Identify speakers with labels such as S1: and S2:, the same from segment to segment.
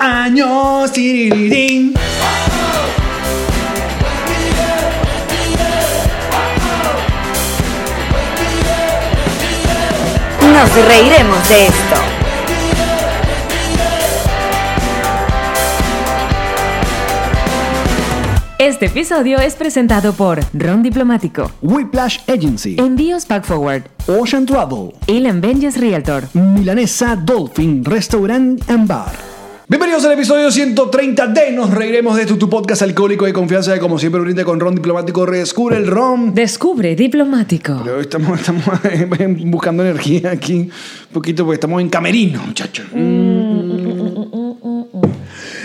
S1: años. tiririrín.
S2: Nos reiremos de esto.
S3: Este episodio es presentado por Ron Diplomático,
S1: Whiplash Agency.
S3: Envíos Pack Forward,
S1: Ocean Travel.
S3: Ilan Benjes Realtor.
S1: Milanesa Dolphin Restaurant and Bar. Bienvenidos al episodio 130 de Nos Reiremos de esto, tu podcast alcohólico de confianza de como siempre brinde con Ron Diplomático. Redescubre el Ron.
S3: Descubre Diplomático.
S1: Pero hoy estamos, estamos buscando energía aquí un poquito porque estamos en camerino, muchachos.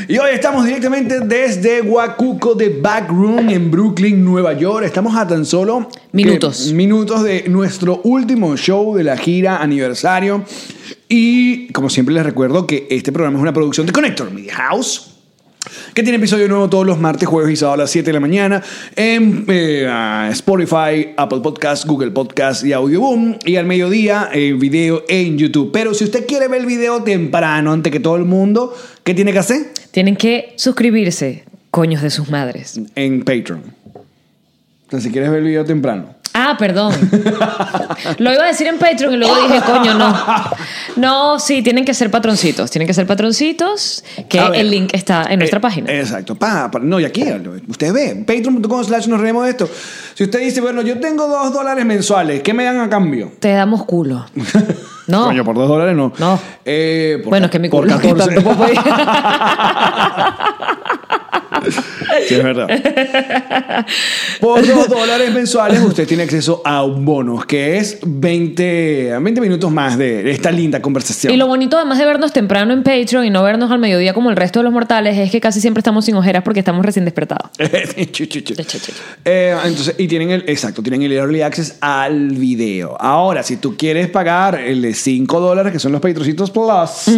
S1: Y hoy estamos directamente desde Huacuco de Backroom en Brooklyn, Nueva York. Estamos a tan solo
S3: Minutos.
S1: eh, minutos de nuestro último show de la gira aniversario. Y como siempre les recuerdo que este programa es una producción de Connector Media House. Que tiene episodio nuevo todos los martes, jueves y sábado a las 7 de la mañana en eh, ah, Spotify, Apple Podcast, Google Podcast y Audioboom. Y al mediodía, eh, video en YouTube. Pero si usted quiere ver el video temprano, antes que todo el mundo, ¿qué tiene que hacer?
S3: Tienen que suscribirse, coños de sus madres.
S1: en Patreon. Entonces, si quieres ver el video temprano.
S3: Ah, perdón. Lo iba a decir en Patreon y luego dije, coño, no. No, sí, tienen que ser patroncitos. Tienen que ser patroncitos, que
S1: A ver.
S3: el link está Ah, en nuestra
S1: Eh,
S3: página.
S1: Exacto. Pa, pa- no, y aquí, lo- usted ve, patreon.com slash nos reemos de esto. Si usted dice, bueno, yo tengo dos dólares mensuales, ¿qué me dan a cambio?
S3: Te damos culo. No.
S1: Coño, por dos dólares no.
S3: No.
S1: Eh, por-
S3: bueno, es que mi
S1: por
S3: culo.
S1: 14.
S3: tampoco podía-
S1: Sí, es verdad. Por dos dólares mensuales usted tiene acceso a un bonus, que es 20, 20 minutos más de esta linda conversación.
S3: Y lo bonito, además de vernos temprano en Patreon y no vernos al mediodía como el resto de los mortales, es que casi siempre estamos sin ojeras porque estamos recién despertados.
S1: Chu, chu, chu.
S3: Chu, chu, chu.
S1: Eh, entonces, y tienen el, exacto, tienen el early access al video. Ahora, si tú quieres pagar el de 5 dólares, que son los Patrocitos Plus,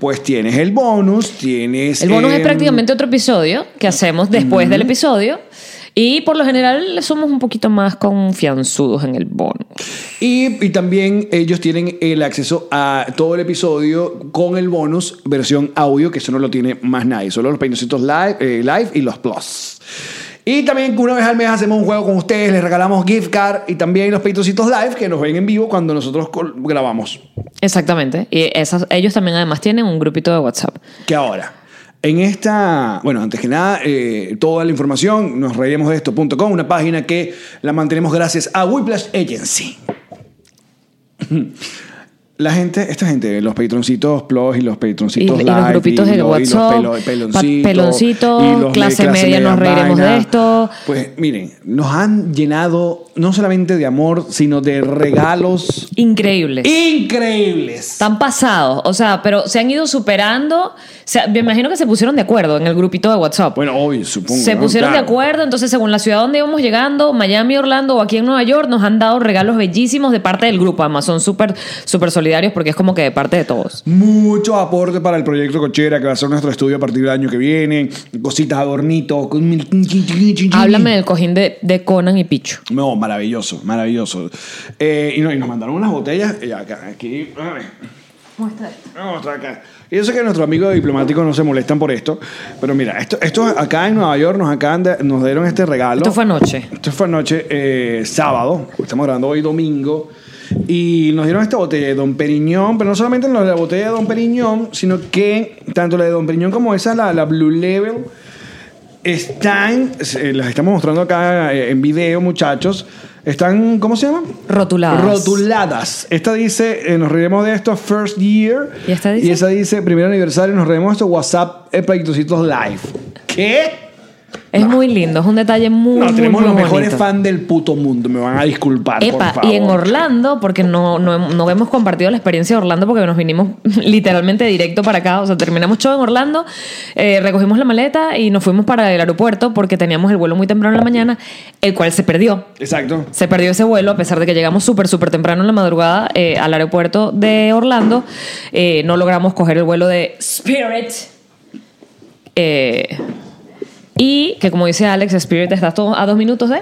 S1: pues tienes el bonus, tienes...
S3: El bonus
S1: em,
S3: es prácticamente otro episodio que hacemos después del episodio. Y por lo general somos un poquito más confianzudos en el bonus.
S1: Y, y también ellos tienen el acceso a todo el episodio con el bonus versión audio, que eso no lo tiene más nadie, solo los Patrocitos live, eh, live y los Plus. Y también una vez al mes hacemos un juego con ustedes, les regalamos gift card y también los Patrocitos live que nos ven en vivo cuando nosotros col- grabamos.
S3: Exactamente. Y esas, ellos también además tienen un grupito de WhatsApp.
S1: que ahora, en esta, bueno, antes que nada, eh, toda la información, nos reiremos de esto.com, una página que la mantenemos gracias a Whiplash Agency. La gente, esta gente, los patroncitos plus y los
S3: Y, y
S1: patroncitos live.
S3: los grupitos de
S1: lo- y los
S3: WhatsApp,
S1: pelo-
S3: pa-
S1: peloncitos,
S3: peloncitos,
S1: y los de
S3: clase media, nos reiremos de
S1: vaina.
S3: esto.
S1: Pues miren, nos han llenado no solamente de amor, sino de regalos
S3: Increíbles.
S1: increíbles.
S3: Están pasados, o sea, pero se han ido superando. Se- me imagino que se pusieron de acuerdo en el grupito de WhatsApp.
S1: Bueno, hoy supongo.
S3: se
S1: ¿no?
S3: pusieron de
S1: Claro.
S3: acuerdo, entonces según la ciudad donde íbamos llegando, Miami, Orlando o aquí en Nueva York, nos han dado regalos bellísimos de parte del grupo. Además, son súper súper solidarios porque es como que de parte de todos.
S1: Mucho aporte para el proyecto Cochera, que va a ser nuestro estudio a partir del año que viene. Cositas, adornitos.
S3: Háblame del cojín de, de Conan y Pichu.
S1: No, maravilloso, maravilloso. Eh, y, no, y nos mandaron unas botellas. eh, acá, aquí. a ver. Vamos a mostrar acá. Y yo sé que nuestros amigos diplomáticos no se molestan por esto, pero mira, esto, esto acá en Nueva York nos acaban de- nos dieron este regalo.
S3: Esto fue anoche.
S1: Esto fue anoche, eh, sábado, estamos grabando hoy domingo, y nos dieron esta botella de Don Periñón, pero no solamente nos- la botella de Don Periñón, sino que tanto la de Don Periñón como esa, la, la Blue Level, están, eh, las estamos mostrando acá eh, en video, muchachos, están, ¿cómo se llama?
S3: Rotuladas.
S1: Rotuladas. Esta dice, eh, nos reiremos de esto, First Year.
S3: ¿Y esta dice?
S1: esa dice, primer aniversario, nos reiremos de esto, WhatsApp, eh, Proyectocitos Live. ¿Qué?
S3: Es muy lindo, es un detalle muy,
S1: No,
S3: muy,
S1: tenemos
S3: muy
S1: los mejores
S3: bonito.
S1: fans del puto mundo. Me van a disculpar, por
S3: Epa,
S1: favor.
S3: y en Orlando, porque no, no, no hemos compartido la experiencia de Orlando porque nos vinimos literalmente directo para acá. O sea, terminamos show en Orlando, eh, recogimos la maleta y nos fuimos para el aeropuerto porque teníamos el vuelo muy temprano en la mañana, el cual se perdió.
S1: Exacto.
S3: Se perdió ese vuelo, a pesar de que llegamos súper, súper temprano en la madrugada eh, al aeropuerto de Orlando. Eh, no logramos coger el vuelo de Spirit. Eh, y que, como dice Alex, Spirit está to- a dos minutos de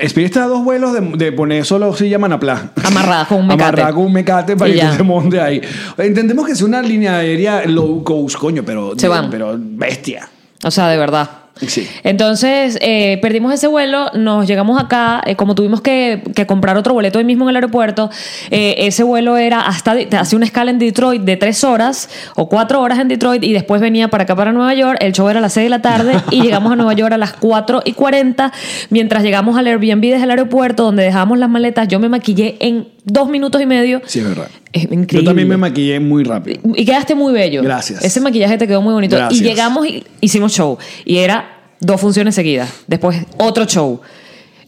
S1: Spirit está a dos vuelos de, de poner solo silla manapla.
S3: Amarrada con un mecate.
S1: Amarrada con un mecate para
S3: Y
S1: que
S3: ya.
S1: no se monte ahí. Entendemos que es una línea aérea low cost, coño, pero,
S3: Se van.
S1: pero bestia.
S3: O sea, de verdad.
S1: Sí.
S3: Entonces, eh, perdimos ese vuelo, nos llegamos acá, eh, como tuvimos que, que comprar otro boleto ahí mismo en el aeropuerto, eh, ese vuelo era hasta, te hacía una escala en Detroit de tres horas o cuatro horas en Detroit y después venía para acá, para Nueva York, el show era a las seis de la tarde y llegamos a Nueva York a las 4 y 40, mientras llegamos al Airbnb desde el aeropuerto donde dejamos las maletas, yo me maquillé en dos minutos y medio.
S1: Sí, es verdad.
S3: Es increíble.
S1: Yo también me maquillé muy rápido.
S3: Y quedaste muy bello.
S1: Gracias.
S3: Ese maquillaje te quedó muy bonito.
S1: Gracias.
S3: Y llegamos y hicimos show. Y era dos funciones seguidas. Después otro show.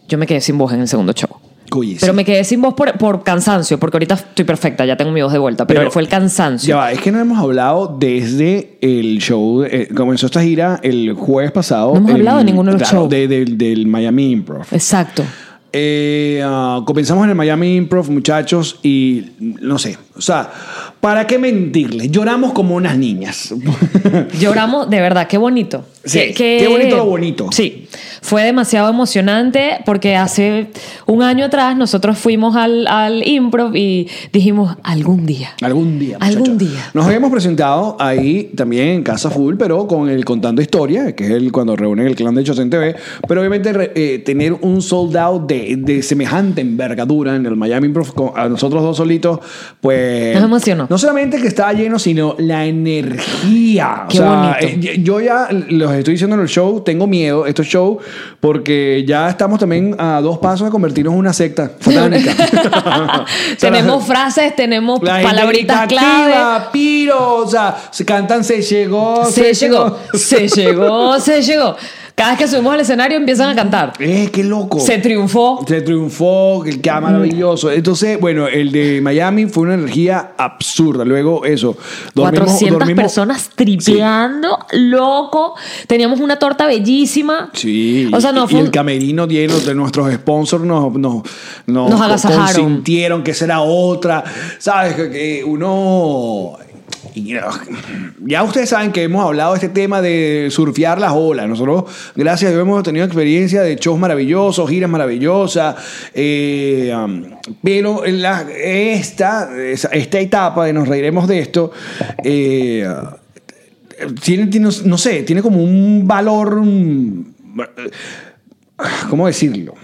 S3: Yo me quedé sin voz en el segundo show.
S1: Oye,
S3: Pero
S1: sí.
S3: me quedé sin voz por, por cansancio, porque ahorita estoy perfecta, ya tengo mi voz de vuelta. Pero, fue el
S1: Ya
S3: cansancio.
S1: va, es que no hemos hablado desde el show. eh, comenzó esta gira el jueves pasado.
S3: No hemos
S1: en-
S3: hablado de ninguno de los
S1: claro,
S3: shows.
S1: de- del- del Miami Improv.
S3: Exacto.
S1: Eh, ah, comenzamos en el Miami Improv, muchachos, y no sé. O sea, ¿para qué mentirles? Lloramos como unas niñas.
S3: Lloramos, de verdad, qué bonito.
S1: Sí, qué bonito lo bonito.
S3: Sí, fue demasiado emocionante porque hace un año atrás nosotros fuimos al, al improv y dijimos, algún día.
S1: Algún día.
S3: Algún
S1: muchachos.
S3: día.
S1: Nos habíamos presentado ahí también en Casa Full, pero con el Contando Historia, que es el cuando reúnen el clan de Chosen TV. Pero obviamente re- eh, tener un sold out de, de semejante envergadura en el Miami Improv con- a nosotros dos solitos, pues.
S3: Nos emocionó.
S1: No solamente que estaba lleno, sino la energía.
S3: Qué bonito.
S1: eh, Y- Yo ya los estoy diciendo en el show, tengo miedo, estos shows, porque ya estamos también a dos pasos de convertirnos en una secta satánica.
S3: tenemos frases, tenemos palabritas clave.
S1: piro, o sea, se cantan se llegó,
S3: Se llegó, se llegó, se llegó. Cada vez que subimos al escenario empiezan a cantar.
S1: Eh, qué loco.
S3: Se triunfó.
S1: Se triunfó, que queda maravilloso. Entonces, bueno, el de Miami fue una energía absurda. Luego, eso. dormimos-
S3: 400
S1: dormimos-
S3: personas tripeando, loco. Teníamos una torta bellísima.
S1: Sí.
S3: O sea, no
S1: y-
S3: fue
S1: y
S3: un-
S1: el camerino lleno de nuestros sponsors nos, nos, nos,
S3: Nos agasajaron.
S1: consintieron que será otra. Sabes que, que uno. y, ah, Ya ustedes saben que hemos hablado de este tema de surfear las olas. Nosotros, gracias a Dios, hemos tenido experiencia de shows maravillosos, giras maravillosas. eh, am, pero en la- esta, esa- esta etapa de nos reiremos de esto, eh, tiene, tiene, no sé, tiene como un valor, un- ¿cómo decirlo?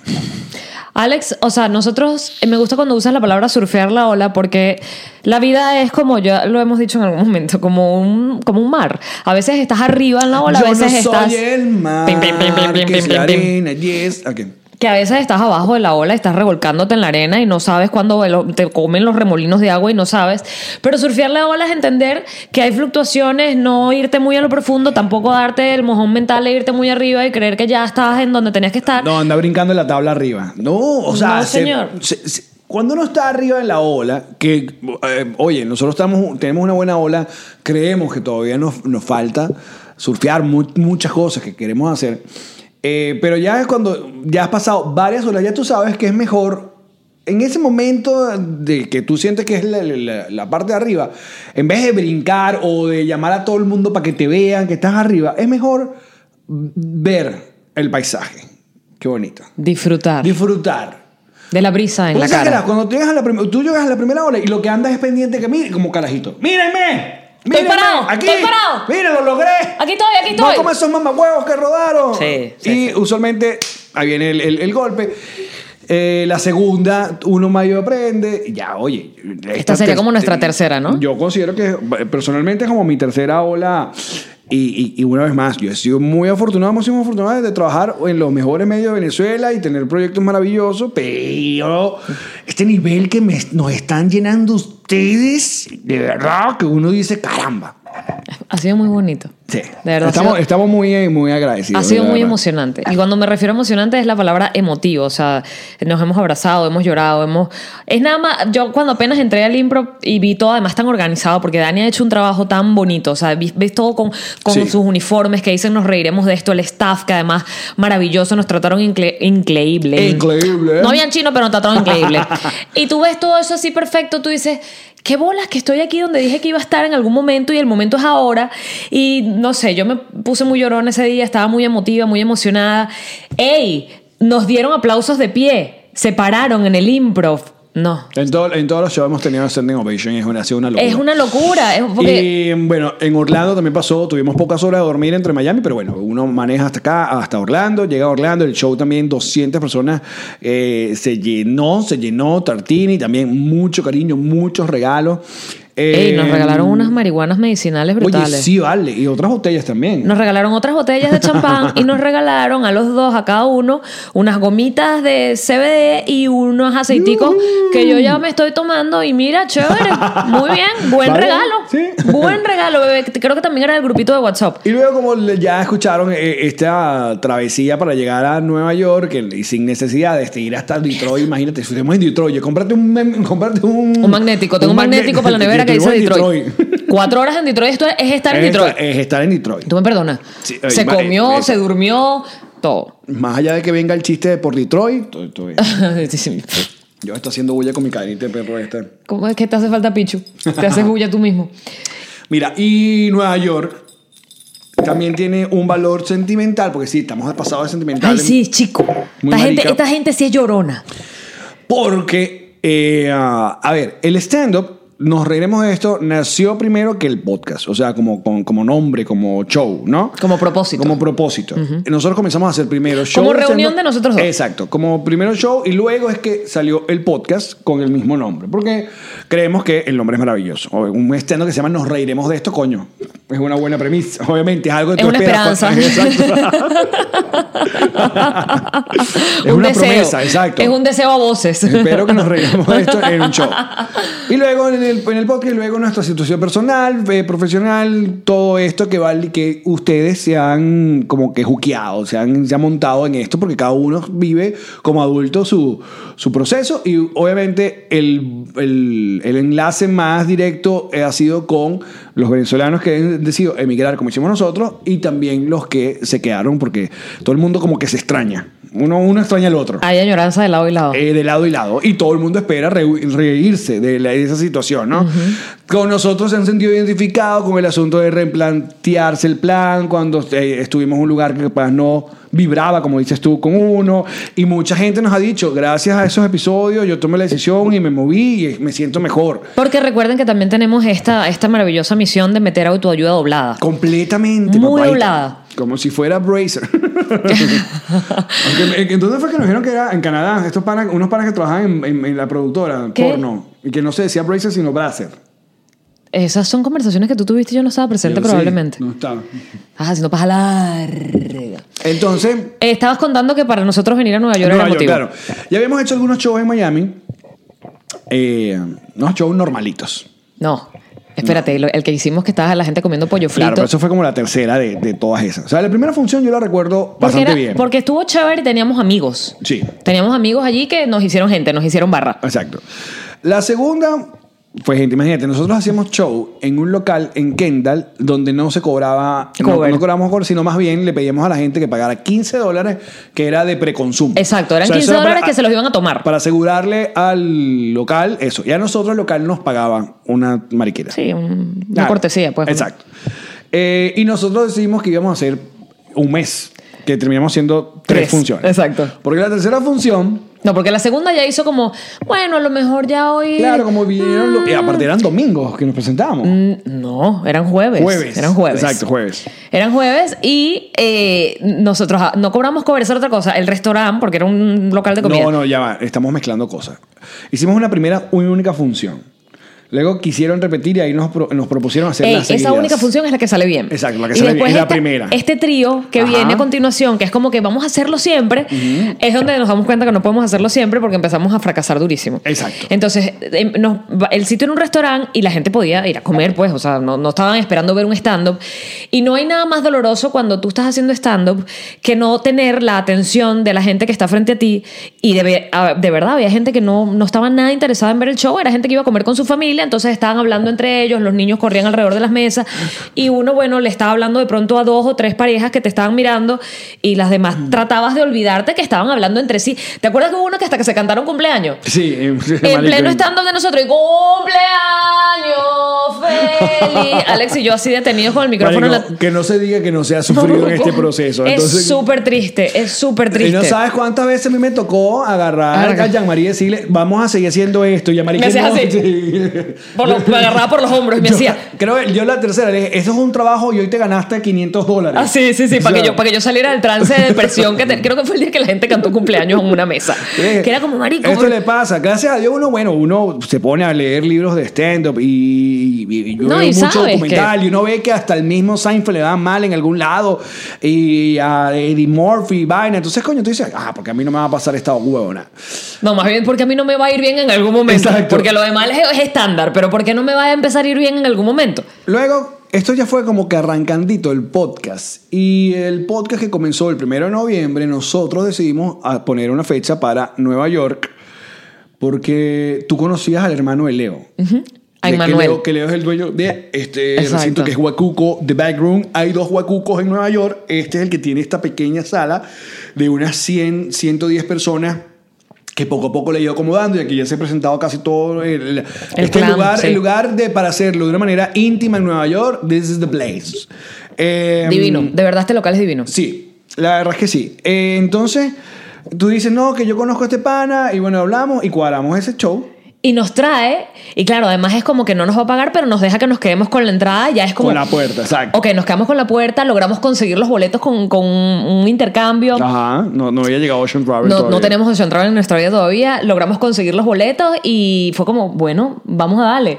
S3: Alex, o sea, nosotros, eh, me gusta cuando usas la palabra surfear la ola porque la vida es como, ya lo hemos dicho en algún momento, como un, como un mar. A veces estás arriba en la ola,
S1: Yo
S3: a
S1: no
S3: veces
S1: soy
S3: estás...
S1: el mar,
S3: Pim, pim, pim, pim, pim,
S1: que
S3: pim,
S1: es
S3: pim,
S1: la
S3: pim.
S1: arena, yes. Ok.
S3: Que a veces estás abajo de la ola, estás revolcándote en la arena y no sabes cuándo el- te comen los remolinos de agua y no sabes. Pero surfear la ola es entender que hay fluctuaciones, no irte muy a lo profundo, tampoco darte el mojón mental e irte muy arriba y creer que ya estás en donde tenías que estar.
S1: No, anda brincando en la tabla arriba. No, o sea,
S3: No,
S1: se-
S3: señor.
S1: se- se- cuando uno está arriba en la ola, que, eh, oye, nosotros estamos, tenemos una buena ola, creemos que todavía nos, nos falta surfear mu- muchas cosas que queremos hacer, Eh, pero ya es cuando ya has pasado varias olas, ya tú sabes que es mejor. En ese momento de que tú sientes que es la, la- la parte de arriba, en vez de brincar o de llamar a todo el mundo para que te vean que estás arriba, es mejor ver el paisaje. Qué bonito.
S3: Disfrutar
S1: Disfrutar.
S3: de la brisa en
S1: Porque
S3: la
S1: sabes que la-
S3: cara.
S1: cuando tú llegas, a la prim- tú llegas a la primera ola y lo que andas es pendiente que mire, como carajito. ¡Mírenme!
S3: Estoy
S1: ¡Mírenme!
S3: parado,
S1: ¡Aquí!
S3: estoy parado.
S1: ¡Mira, lo logré!
S3: Aquí estoy, aquí
S1: No
S3: estoy.
S1: como esos mamahuevos que rodaron.
S3: Sí, sí,
S1: y usualmente ahí viene el, el- el golpe. Eh, la segunda, uno mayo aprende. Y Ya, oye.
S3: Esta sería
S1: ter- eh,
S3: como nuestra tercera, ¿no?
S1: Yo considero que personalmente es como mi tercera ola. Y, y- y una vez más, yo he sido muy afortunado, hemos sido muy afortunados de trabajar en los mejores medios de Venezuela y tener proyectos maravillosos, pero este nivel que me- nos están llenando ustedes, de verdad que uno dice, caramba.
S3: Ha sido muy bonito.
S1: Sí.
S3: De verdad. ha
S1: Estamos,
S3: sido-
S1: estamos muy, muy agradecidos.
S3: ha sido
S1: de
S3: muy
S1: verdad. Ah.
S3: emocionante. Y cuando me refiero a emocionante es la palabra emotivo. O sea, nos hemos abrazado, hemos llorado, hemos. Es nada más. Yo cuando apenas entré al impro y vi todo además tan organizado, porque Dani ha hecho un trabajo tan bonito. O sea, vi- ves todo con, con
S1: Sí.
S3: sus uniformes que dicen nos reiremos de esto, el staff, que además maravilloso, nos trataron incre- increíble.
S1: Increíble. ¿eh?
S3: No habían chino, pero nos trataron increíble. y tú ves todo eso así perfecto, tú dices, qué bolas que estoy aquí donde dije que iba a estar en algún momento y el momento es ahora. Y no sé, yo me puse muy llorón ese día, estaba muy emotiva, muy emocionada. ¡Ey! Nos dieron aplausos de pie, se pararon en el improv. No.
S1: En, todo- en todos los shows hemos tenido standing ovation y es una, ha sido una locura.
S3: Es una locura. Es porque...
S1: Y bueno, en Orlando también pasó, tuvimos pocas horas de dormir entre Miami, pero bueno, uno maneja hasta acá, hasta Orlando, llega a Orlando, el show también 200 personas eh, se llenó, se llenó Tartini, también mucho cariño, muchos regalos.
S3: Ey,
S1: Eh,
S3: nos regalaron unas marihuanas medicinales brutales.
S1: Oye, sí, vale, y otras botellas también.
S3: Nos regalaron otras botellas de champán y nos regalaron a los dos, a cada uno, unas gomitas de CBD y unos aceiticos que yo ya me estoy tomando. Y mira, chévere, muy bien, buen
S1: Vale,
S3: regalo.
S1: sí.
S3: Buen regalo, bebé. Creo que también era el grupito de WhatsApp.
S1: Y luego, como le- ya escucharon eh, esta travesía para llegar a Nueva York el- y sin necesidad de este, ir hasta Detroit, imagínate, si estamos en Detroit, oye, cómprate un, mem- cómprate un,
S3: Un magnético, tengo un, magnético para la nevera que dice
S1: Estuvimos en
S3: Detroit. Cuatro horas en Detroit, esto es estar en
S1: Es
S3: Detroit.
S1: estar- Es estar en Detroit.
S3: Tú me perdonas.
S1: Sí, oye,
S3: se
S1: ma-
S3: comió,
S1: eh,
S3: se
S1: eh,
S3: durmió, todo.
S1: Más allá de que venga el chiste de por Detroit, todo- todo bien.
S3: Sí, sí.
S1: yo estoy haciendo bulla con mi cadenita de perro este. esta.
S3: ¿Cómo es que te hace falta Pichu? Te haces bulla tú mismo.
S1: Mira, y Nueva York también tiene un valor sentimental, porque sí, estamos pasados de sentimental.
S3: Ay, sí, chico.
S1: Muy
S3: Esta gente,
S1: marica.
S3: esta gente sí es llorona.
S1: Porque, eh, ah, a ver, el stand-up, nos reiremos de esto, nació primero que el podcast, o sea, como, como, como nombre, como show, ¿no?
S3: Como propósito.
S1: Como propósito. Nosotros comenzamos a hacer primero show.
S3: Como
S1: de
S3: reunión
S1: stand-up.
S3: de nosotros dos.
S1: Exacto, como primero show y luego es que salió el podcast con el mismo nombre, porque creemos que el nombre es maravilloso. O Un stand-up que se llama Nos reiremos de esto, coño. Es una buena premisa, obviamente, es algo que
S3: Es
S1: tú
S3: una
S1: esperas. pues,
S3: esperanza.
S1: Exacto. es una promesa, exacto.
S3: Es un deseo a voces.
S1: Espero que nos reiremos de esto en un show. Y luego en el, en el podcast, luego nuestra situación personal, eh, profesional, todo esto que vale que ustedes se han como que juqueado, se han, se han montado en esto, porque cada uno vive como adulto su, su proceso. Y obviamente el, el- el enlace más directo eh, ha sido con los venezolanos que han decidido emigrar, como hicimos nosotros, y también los que se quedaron, porque todo el mundo como que se extraña. Uno, uno extraña al otro.
S3: Hay añoranza de lado y lado.
S1: Eh, de lado y lado. Y todo el mundo espera re- reírse de, la- de esa situación, ¿no? Con nosotros se han sentido identificados con el asunto de replantearse el plan, cuando eh, estuvimos en un lugar que capaz no vibraba, como dices tú, con uno. Y mucha gente nos ha dicho, gracias a esos episodios yo tomé la decisión y me moví y me siento mejor.
S3: Porque recuerden que también tenemos esta, esta maravillosa misión de meter autoayuda doblada.
S1: Completamente,
S3: Muy
S1: papaita.
S3: doblada.
S1: Como si fuera Bracer. Aunque, eh, ¿Dónde fue que nos dijeron que era? En Canadá. Estos panas, unos panas que trabajaban en, en- en la productora
S3: ¿Qué?
S1: porno. Y que no se decía Bracer, sino Bracer.
S3: Esas son conversaciones que tú tuviste y yo no estaba presente
S1: Yo, sí,
S3: probablemente.
S1: no estaba.
S3: Ah, si no pasa larga.
S1: Entonces,
S3: Eh, estabas contando que para nosotros venir a Nueva York
S1: Nueva
S3: era
S1: York,
S3: motivo.
S1: claro. Ya habíamos hecho algunos shows en Miami. Eh, unos shows normalitos.
S3: No, espérate, lo- el que hicimos que estaba la gente comiendo pollo frito.
S1: Claro, pero eso fue como la tercera de, de todas esas. O sea, la primera función yo la recuerdo
S3: porque,
S1: bastante
S3: era-
S1: bien.
S3: porque estuvo chévere y teníamos amigos.
S1: Sí.
S3: Teníamos amigos allí que nos hicieron gente, nos hicieron barra.
S1: Exacto. La segunda fue gente, imagínate, nosotros hacíamos show en un local en Kendall donde no se cobraba, no,
S3: Cover.
S1: no cobramos cover, sino más bien le pedíamos a la gente que pagara 15 dólares que era de preconsumo.
S3: Exacto, eran 15
S1: eso era
S3: dólares que se los iban a tomar.
S1: Para asegurarle al local eso. Y a nosotros el local nos pagaban una mariquera.
S3: Sí, un- una
S1: Claro.
S3: cortesía, pues.
S1: Exacto. Eh, y nosotros decidimos que íbamos a hacer un mes, que terminamos haciendo tres,
S3: Tres,
S1: funciones.
S3: exacto.
S1: Porque la tercera función...
S3: No, porque la segunda ya hizo como, bueno, a lo mejor ya hoy.
S1: Claro, como vinieron. lo- y Eh, aparte eran domingos que nos presentábamos.
S3: Mm, No, eran jueves.
S1: Jueves.
S3: Eran jueves.
S1: Exacto, jueves.
S3: Eran jueves y eh, nosotros ah, no cobramos cover, esa era otra cosa. El restaurante, porque era un local de comida.
S1: No, no, ya va. Estamos mezclando cosas. Hicimos una primera y única función Luego quisieron repetir y ahí nos, pro- nos propusieron hacer
S3: Ey,
S1: las
S3: esa
S1: seguidas.
S3: única función es la que sale bien.
S1: Exacto, la que
S3: Y
S1: sale bien,
S3: después
S1: es la
S3: esta-
S1: primera.
S3: Este trío que
S1: Ajá.
S3: viene a continuación, que es como que vamos a hacerlo siempre, es donde nos damos cuenta que no podemos hacerlo siempre porque empezamos a fracasar durísimo.
S1: Exacto.
S3: Entonces, em, nos- el sitio era un restaurante y la gente podía ir a comer, pues, o sea, no, no estaban esperando ver un stand-up. Y no hay nada más doloroso cuando tú estás haciendo stand-up que no tener la atención de la gente que está frente a ti. Y de, ve- a- de verdad, había gente que no, no estaba nada interesada en ver el show, era gente que iba a comer con su familia, entonces estaban hablando entre ellos, los niños corrían alrededor de las mesas y uno, bueno, le estaba hablando de pronto a dos o tres parejas que te estaban mirando y las demás tratabas de olvidarte que estaban hablando entre sí. ¿Te acuerdas que hubo uno que hasta que se cantaron cumpleaños?
S1: Sí, eh, en,
S3: En pleno stand-up de nosotros, y cumpleaños feliz. Alex y yo así detenidos con el micrófono en la-
S1: Que no se diga que no se ha sufrido en este proceso. Entonces,
S3: es súper triste, es súper triste.
S1: Y no sabes cuántas veces a mí me tocó agarrar
S3: Agarra.
S1: a Jean-Marie y decirle, vamos a seguir haciendo esto. Y a Marie
S3: Me
S1: que
S3: hacías
S1: no.
S3: así.
S1: Sí.
S3: Por los- me agarraba por los hombros y me
S1: Yo-
S3: hacía.
S1: Creo que yo la tercera le dije, esto es un trabajo y hoy te ganaste 500 dólares.
S3: Ah, sí, sí, sí,
S1: O
S3: para que,
S1: sea,
S3: yo, para que yo saliera del trance de depresión que te- creo que fue el día que la gente cantó cumpleaños en una mesa.
S1: Eh,
S3: Que era como marico.
S1: Esto
S3: por-
S1: le pasa. Gracias a Dios, uno, bueno, uno se pone a leer libros de stand-up y, y- y yo
S3: No,
S1: veo
S3: y
S1: mucho
S3: sabes
S1: documental. Y uno ve que hasta el mismo Seinfeld le va mal en algún lado. Y a Eddie Murphy, vaina. Entonces, coño, tú dices, ah, porque a mí no me va a pasar esta huevona.
S3: No, más bien porque a mí no me va a ir bien en algún momento.
S1: Exacto.
S3: Porque lo demás es, es estándar, pero ¿por qué no me va a empezar a ir bien en algún momento?
S1: Luego, esto ya fue como que arrancandito el podcast. Y el podcast que comenzó el primero de noviembre, nosotros decidimos a poner una fecha para Nueva York. Porque tú conocías al hermano de Leo.
S3: A
S1: De
S3: Emmanuel.
S1: Que Leo, que Leo es el dueño de este
S3: Exacto.
S1: recinto que es Huacuco, The Backroom. Hay dos Huacucos en Nueva York. Este es el que tiene esta pequeña sala de unas 100, 110 personas que poco a poco le ha ido acomodando y aquí ya se ha presentado casi todo el, este
S3: clan,
S1: lugar,
S3: sí.
S1: el lugar de, para hacerlo de una manera íntima en Nueva York, this is the place. Em,
S3: Divino. De verdad, este local es divino.
S1: Sí, la verdad es que sí. Eh, entonces, tú dices, no, que yo conozco a este pana y bueno, hablamos y cuadramos ese show.
S3: Y nos trae, y claro, además es como que no nos va a pagar, pero nos deja que nos quedemos con la entrada, ya es como...
S1: Con la puerta, exacto.
S3: Ok, nos quedamos con la puerta, logramos conseguir los boletos con, con un intercambio.
S1: Ajá, no, no había llegado Ocean Travel.
S3: No, no
S1: todavía.
S3: tenemos Ocean Travel en nuestra vida todavía, logramos conseguir los boletos y fue como, bueno, vamos a darle.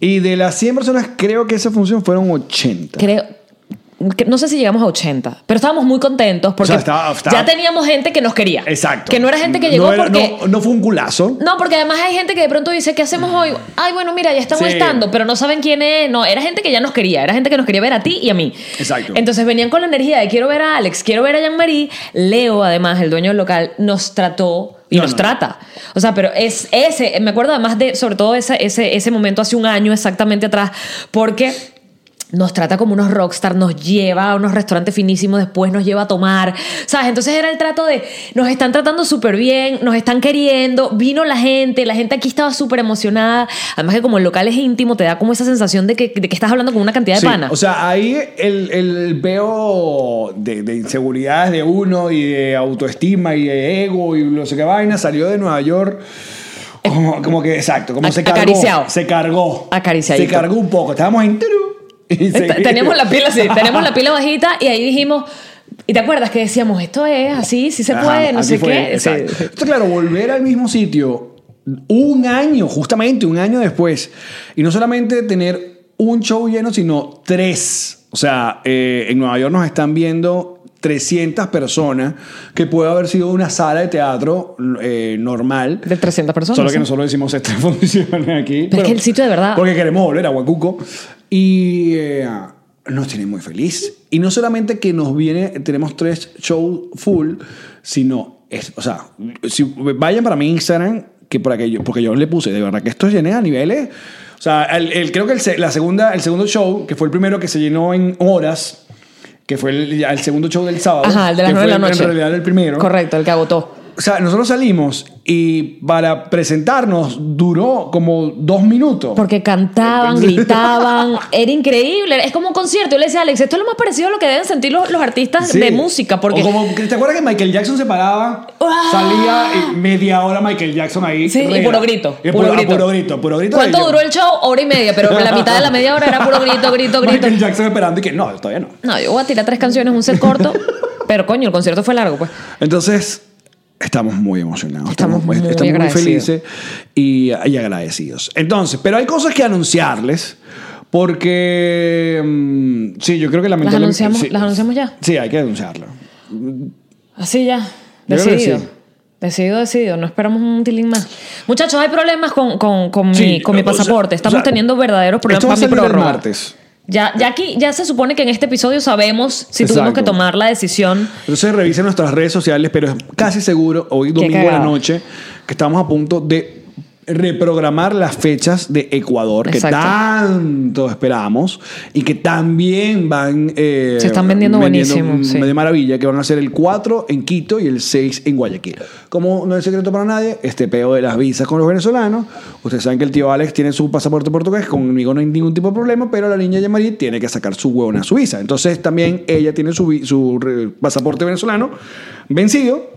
S1: Y de las 100 personas, creo que esa función fueron 80.
S3: Creo... que- No sé si llegamos a 80, pero estábamos muy contentos porque
S1: O sea, estaba- estaba-
S3: ya teníamos gente que nos quería.
S1: Exacto.
S3: Que no era gente que llegó
S1: No era-
S3: porque...
S1: No, no fue un culazo.
S3: No, porque además hay gente que de pronto dice, ¿qué hacemos hoy? Ay, bueno, mira, ya estamos
S1: Sí.
S3: estando, pero no saben quién es. No, era gente que ya nos quería, era gente que nos quería ver a ti y a mí.
S1: Exacto.
S3: Entonces venían con la energía de quiero ver a Alex, quiero ver a Jean-Marie. Leo, además, el dueño del local, nos trató y
S1: No,
S3: nos
S1: no.
S3: trata. O sea, pero es ese, me acuerdo además de, sobre todo ese, ese, ese momento hace un año exactamente atrás, porque... Nos trata como unos rockstar, nos lleva a unos restaurantes finísimos, después nos lleva a tomar. ¿Sabes? Entonces era el trato de nos están tratando súper bien, nos están queriendo, vino la gente, la gente aquí estaba súper emocionada. Además que como el local es íntimo, te da como esa sensación de que, de que estás hablando con una cantidad de
S1: Sí,
S3: pana.
S1: O sea, ahí el, el veo de, de inseguridades de uno y de autoestima y de ego y no sé qué vaina salió de Nueva York. Como, como que, exacto, como
S3: Ac-
S1: se cargó.
S3: acariciado.
S1: Se cargó.
S3: Acariciadito.
S1: Se cargó un poco. Estábamos en. turu, y se-
S3: Te- Teníamos la pila así, tenemos la pila bajita y ahí dijimos, ¿y te acuerdas que decíamos, esto es así, sí se
S1: Ajá,
S3: puede, no
S1: así
S3: sé
S1: fue,
S3: qué? Sí,
S1: exacto.
S3: sí.
S1: Entonces, claro, volver al mismo sitio un año, justamente un año después, y no solamente tener un show lleno, sino tres. O sea, eh, en Nueva York nos están viendo 300 personas, que puede haber sido una sala de teatro eh, normal.
S3: De 300 personas.
S1: Solo que
S3: ¿sí?
S1: nosotros decimos estas funciones aquí.
S3: Pero es que el sitio de verdad-
S1: Porque queremos volver a Huacuco. Y eh, nos tiene muy feliz. Y no solamente que nos viene, tenemos tres shows full, sino, es- o sea, si vayan para mi Instagram, que para que yo, porque yo le puse, de verdad que esto llené a niveles. O sea, el- el- creo que el, se- la segunda, el segundo show, que fue el primero que se llenó en horas, que fue el, el segundo show del sábado.
S3: Ajá, el de las
S1: que
S3: 9 de la
S1: fue
S3: noche.
S1: En realidad el primero.
S3: Correcto, el que agotó.
S1: O sea, nosotros salimos y para presentarnos duró como dos minutos.
S3: Porque cantaban,
S1: Entonces-
S3: gritaban, era increíble, es como un concierto. Yo le decía a Alex, esto es lo más parecido a lo que deben sentir los, los artistas
S1: Sí.
S3: de música, porque...
S1: O como, ¿Te acuerdas que Michael Jackson se paraba?
S3: ¡Ah!
S1: Salía y media hora Michael Jackson ahí.
S3: Sí, y
S1: rega.
S3: puro grito,
S1: Y
S3: puro
S1: puro, ah,
S3: grito.
S1: puro grito. puro grito
S3: ¿Cuánto
S1: de-
S3: duró el show? Hora y media, pero la mitad de la media hora era puro grito, grito, grito.
S1: Michael Jackson esperando y que no, todavía no.
S3: No, yo voy a tirar tres canciones, un set corto, pero coño, el concierto fue largo, pues.
S1: Entonces, Estamos muy emocionados.
S3: Estamos muy agradecidos.
S1: felices y, y agradecidos. Entonces, pero hay cosas que anunciarles. Porque. mm, sí, yo creo que lamentablemente.
S3: anunciamos-
S1: sí.
S3: las anunciamos ya? Eh,
S1: Sí, hay que anunciarlo.
S3: Así ya,
S1: Yo creo que
S3: decidido.
S1: sí.
S3: Decidido, decidido. No esperamos un tilín más. Muchachos, hay problemas con, con, con
S1: Sí,
S3: mi, con mi
S1: o sea,
S3: pasaporte. Estamos
S1: o sea,
S3: teniendo verdaderos problemas
S1: esto va a
S3: para mi
S1: salir el
S3: prórroga.
S1: martes.
S3: Ya, ya aquí, ya se supone que en este episodio sabemos si tuvimos
S1: Exacto.
S3: que tomar la decisión.
S1: Entonces revisen nuestras redes sociales, pero es casi seguro, hoy domingo a la
S3: cagada.
S1: noche, que estamos a punto de reprogramar las fechas de Ecuador
S3: Exacto.
S1: que tanto esperamos y que también van eh,
S3: Se están vendiendo buenísimo,
S1: mm,
S3: sí.
S1: de maravilla que van a ser el 4 en Quito y el 6 en Guayaquil como no es secreto para nadie este peo de las visas con los venezolanos ustedes saben que el tío Alex tiene su pasaporte portugués conmigo no hay ningún tipo de problema pero la niña Yamari tiene que sacar su huevona su visa entonces también ella tiene su, vi- su re- pasaporte venezolano vencido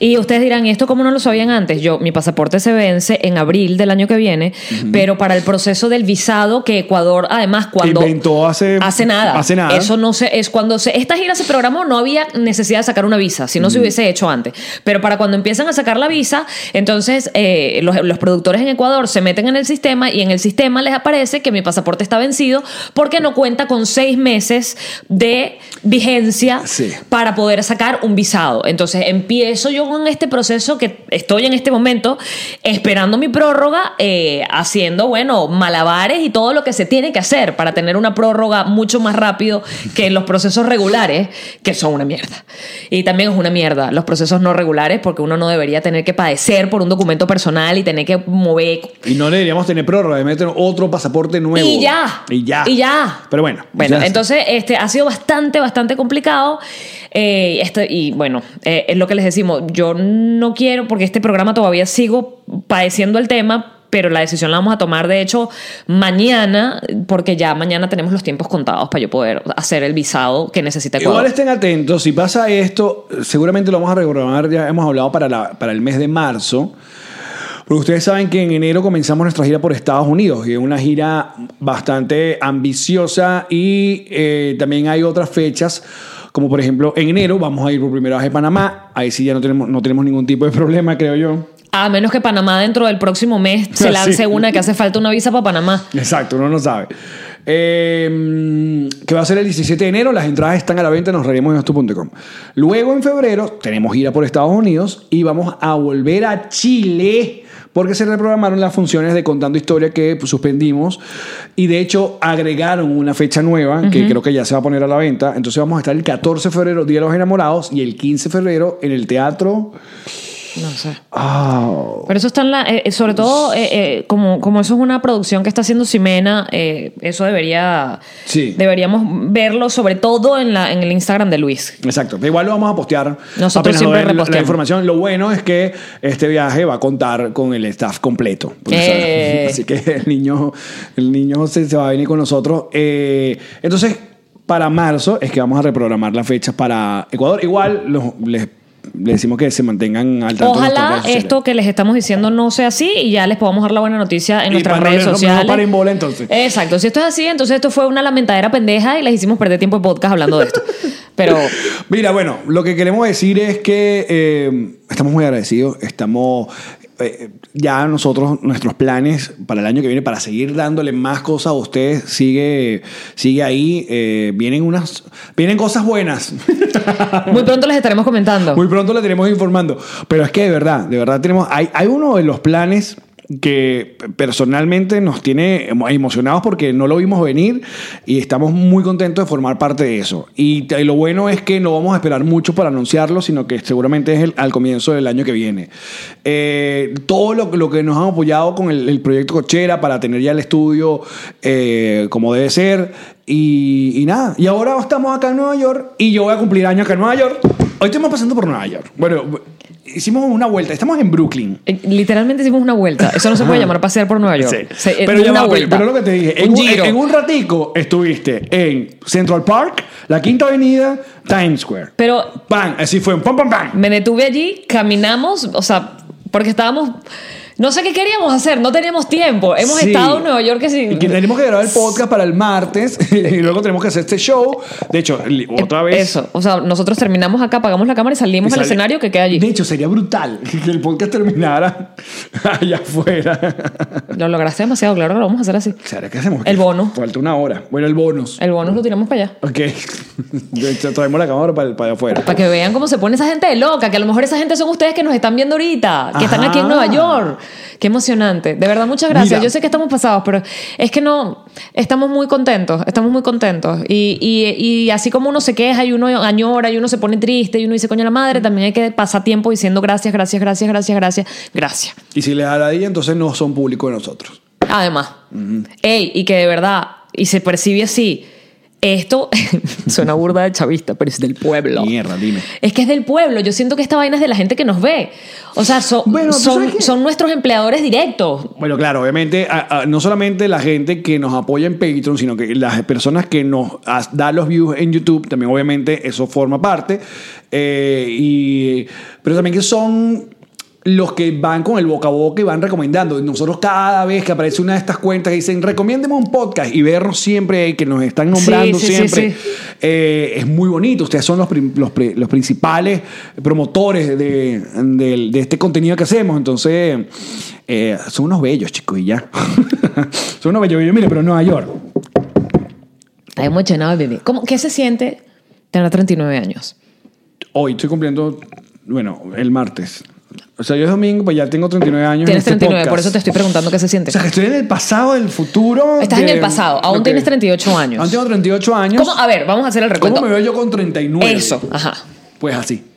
S3: Y ustedes dirán, ¿y esto cómo no lo sabían antes? Yo, mi pasaporte se vence en abril del año que viene, pero para el proceso del visado que Ecuador, además, cuando.
S1: Inventó hace-
S3: Hace nada.
S1: hace nada.
S3: Eso no se. Es cuando se. Esta gira se programó, no había necesidad de sacar una visa, si no se hubiese hecho antes. Pero para cuando empiezan a sacar la visa, entonces eh, los, los productores en Ecuador se meten en el sistema y en el sistema les aparece que mi pasaporte está vencido porque no cuenta con seis meses de vigencia
S1: Sí.
S3: para poder sacar un visado. Entonces empiezo yo con este proceso que estoy en este momento esperando mi prórroga, eh, haciendo, bueno, malabares y todo lo que se tiene que hacer para tener una prórroga mucho más rápido que los procesos regulares, que son una mierda. Y también es una mierda los procesos no regulares porque uno no debería tener que padecer por un documento personal y tener que mover...
S1: y no le deberíamos tener prórroga de meter otro pasaporte nuevo
S3: Y ya.
S1: y ya
S3: Y ya.
S1: pero bueno
S3: Bueno,
S1: ya-
S3: entonces este, ha sido bastante, bastante complicado. Eh, esto- y bueno, eh, es lo que les decimos. Yo no quiero, porque este programa todavía sigo padeciendo el tema, pero la decisión la vamos a tomar, de hecho, mañana, porque ya mañana tenemos los tiempos contados para yo poder hacer el visado que necesita Ecuador.
S1: Igual este- estén atentos, si pasa esto, seguramente lo vamos a reprogramar, ya hemos hablado para, la- para el mes de marzo, porque ustedes saben que en enero comenzamos nuestra gira por Estados Unidos, y es una gira bastante ambiciosa y eh, también hay otras fechas. Como por ejemplo, en enero vamos a ir por primera vez a Panamá. Ahí sí ya no tenemos, no tenemos ningún tipo de problema, creo yo.
S3: A menos que Panamá dentro del próximo mes se
S1: Sí.
S3: lance una que hace falta una visa para Panamá.
S1: Exacto, uno no sabe. Eh, que va a ser el 17 de enero, las entradas están a la venta, nos reiremos en esto.com. Luego en febrero tenemos gira por Estados Unidos y vamos a volver a Chile porque se reprogramaron las funciones de Contando Historia que pues, suspendimos y de hecho agregaron una fecha nueva que creo que ya se va a poner a la venta. Entonces vamos a estar el 14 de febrero, Día de los Enamorados, y el 15 de febrero en el teatro.
S3: No sé.
S1: Ah,
S3: Pero eso está en la. eh, eh, sobre todo, eh, eh, como, como eso es una producción que está haciendo Ximena, eh, eso debería.
S1: Sí.
S3: Deberíamos verlo, sobre todo en, la, en el Instagram de Luis.
S1: Exacto, pero igual lo vamos a postear.
S3: Nosotros
S1: Apenas lo
S3: siempre
S1: den la- la,
S3: reposteamos.
S1: información. Lo bueno es que este viaje va a contar con el staff completo. Porque,
S3: Eh.
S1: o sea, Así que el niño, el niño José se va a venir con nosotros. Eh, entonces, para marzo es que vamos a reprogramar las fechas para Ecuador. Igual los- les, les decimos que se mantengan al tanto. de nuestras
S3: Ojalá
S1: redes sociales.
S3: esto que les estamos diciendo no sea así y ya les podamos dar la buena noticia en
S1: Y
S3: nuestras
S1: para no
S3: redes
S1: leer- no
S3: sociales.
S1: paren bola, entonces.
S3: Exacto. Si esto es así, entonces esto fue una lamentadera pendeja y les hicimos perder tiempo de podcast hablando de esto. Pero.
S1: Mira, bueno, lo que queremos decir es que eh, estamos muy agradecidos, estamos eh, ya nosotros nuestros planes para el año que viene para seguir dándole más cosas a ustedes sigue sigue ahí eh, vienen unas vienen cosas buenas
S3: Muy pronto les estaremos comentando.
S1: muy pronto la tenemos informando pero es que de verdad de verdad tenemos hay, hay uno de los planes que personalmente nos tiene emo- emocionados porque no lo vimos venir y estamos muy contentos de formar parte de eso. Y, t- y lo bueno es que no vamos a esperar mucho para anunciarlo, sino que seguramente es el- al comienzo del año que viene. Eh, todo lo, lo que nos han apoyado con el, el proyecto Cochera para tener ya el estudio eh, como debe ser y, y nada, y ahora estamos acá en Nueva York y yo voy a cumplir años acá en Nueva York. Hoy estamos pasando por Nueva York. Bueno, bu- hicimos una vuelta, estamos en Brooklyn.
S3: Eh, Literalmente hicimos una vuelta. Eso no se puede llamar pasear por Nueva York. Se- eh,
S1: pero, ya
S3: una
S1: va, pero-
S3: vuelta.
S1: pero lo que te dije, en un,
S3: Un giro.
S1: en un ratico estuviste en Central Park, la Quinta Avenida, Times Square.
S3: Pero
S1: Bang, así fue, pam, pam, pam.
S3: me detuve allí, caminamos, o sea, porque estábamos. No sé qué queríamos hacer, no teníamos tiempo. Hemos
S1: Sí.
S3: estado en Nueva York que
S1: Y que tenemos que grabar el podcast para el martes y luego tenemos que hacer este show. De hecho, li- otra vez.
S3: Eh, em, Eso, o sea, nosotros terminamos acá, apagamos la cámara y
S1: Y
S3: salimos al
S1: sale-
S3: escenario que queda allí.
S1: De hecho, sería brutal que el podcast terminara allá afuera.
S3: Lo lograste demasiado, claro, lo vamos a hacer así.
S1: ¿Sabes qué hacemos?
S3: El bono.
S1: Falta una hora. Bueno, el bonus.
S3: El bonus lo tiramos para allá.
S1: Ok. De hecho, Traemos la cámara para, para afuera.
S3: Para que vean cómo se pone esa gente de loca, que a lo mejor esa gente son ustedes que nos están viendo ahorita, que están
S1: Ajá.
S3: aquí en Nueva York. Qué emocionante. De verdad, muchas gracias.
S1: Mira.
S3: Yo sé que estamos pasados, pero es que no, estamos muy contentos, estamos muy contentos. Y, y- y así como uno se queja y uno añora y uno se pone triste y uno dice, coño la madre, también hay que pasar tiempo diciendo gracias, gracias, gracias, gracias, gracias, gracias.
S1: Y si les da la día, entonces no son público de nosotros.
S3: Además, ey, y que de verdad, y se percibe así, esto suena burda de chavista, pero es del pueblo.
S1: Mierda, dime.
S3: Es que es del pueblo. Yo siento que esta vaina es de la gente que nos ve. O sea, son,
S1: Bueno, ¿tú sabes
S3: son,
S1: qué?
S3: son nuestros empleadores directos.
S1: Bueno, claro, obviamente, a- a- no solamente la gente que nos apoya en Patreon, sino que las personas que nos as- dan los views en YouTube, también obviamente eso forma parte. Eh, y, pero también que son los que van con el boca a boca y van recomendando. Nosotros cada vez que aparece una de estas cuentas que dicen, recomiéndeme un podcast y vernos siempre, que nos están nombrando
S3: Sí, sí, sí,
S1: siempre,
S3: sí.
S1: eh, es muy bonito. Ustedes son los, prim- los, pri- los principales promotores de, del- de este contenido que hacemos. Entonces, eh, son unos bellos, chicos, y ya. son unos bellos. bellos. Mire, pero en Nueva York.
S3: Está emocionado el bebé. ¿Cómo, ¿Qué se siente tener 39 años?
S1: Hoy estoy cumpliendo, bueno, el martes. O sea, yo es domingo, pues ya tengo 39 años. en
S3: Tienes
S1: este
S3: 39, por
S1: podcast.
S3: eso te estoy preguntando qué se siente.
S1: O sea, que estoy en el pasado, el futuro.
S3: Estás en
S1: de-
S3: el pasado, aún
S1: Ok.
S3: tienes 38 años.
S1: Aún tengo 38 años.
S3: ¿Cómo? A ver, vamos a hacer el
S1: ¿Cómo
S3: recuento.
S1: me veo yo con 39?
S3: Eso, ajá.
S1: Pues así.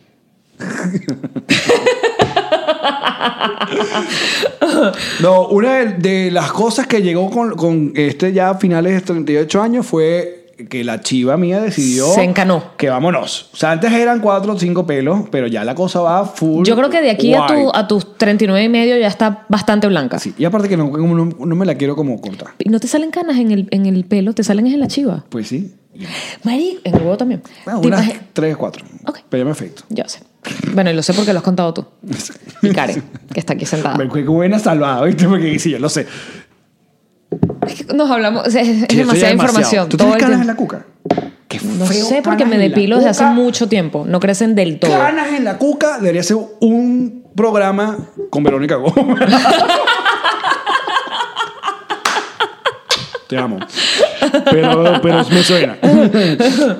S1: no, una de, de las cosas que llegó con, con este ya a finales de 38 años fue que la chiva mía decidió...
S3: Se encanó.
S1: Que vámonos. O sea, antes eran 4 o 5 pelos, pero ya la cosa va full.
S3: Yo creo que de aquí a,
S1: white.
S3: tu- a tus 39 y medio ya está bastante blanca.
S1: Sí, Y aparte que no, como no, no me la quiero como cortar.
S3: ¿Y no te salen canas en el, en el pelo? ¿Te salen es en la chiva?
S1: Pues sí.
S3: Mari, en el huevo también.
S1: Bueno,
S3: ¿Te
S1: unas
S3: imagi-
S1: 3 o 4.
S3: Ok.
S1: Pero ya me afecto.
S3: Yo sé. Bueno, y lo sé porque lo has contado tú. Y Karen, que está aquí sentada.
S1: Me qué buena salvada, ¿viste? Porque sí, yo lo sé.
S3: Es que Nos hablamos, es, es
S1: Sí, eso ya es
S3: demasiada
S1: demasiado.
S3: información.
S1: ¿Tú
S3: todo
S1: tienes
S3: el
S1: canas en la
S3: tiempo.
S1: cuca? Qué
S3: No
S1: feo,
S3: sé porque
S1: canas
S3: me
S1: en la
S3: depilo desde hace
S1: cuca.
S3: mucho tiempo. No crecen del todo.
S1: Canas en la cuca debería ser un programa con Verónica Gómez. Te amo. Pero, pero me suena.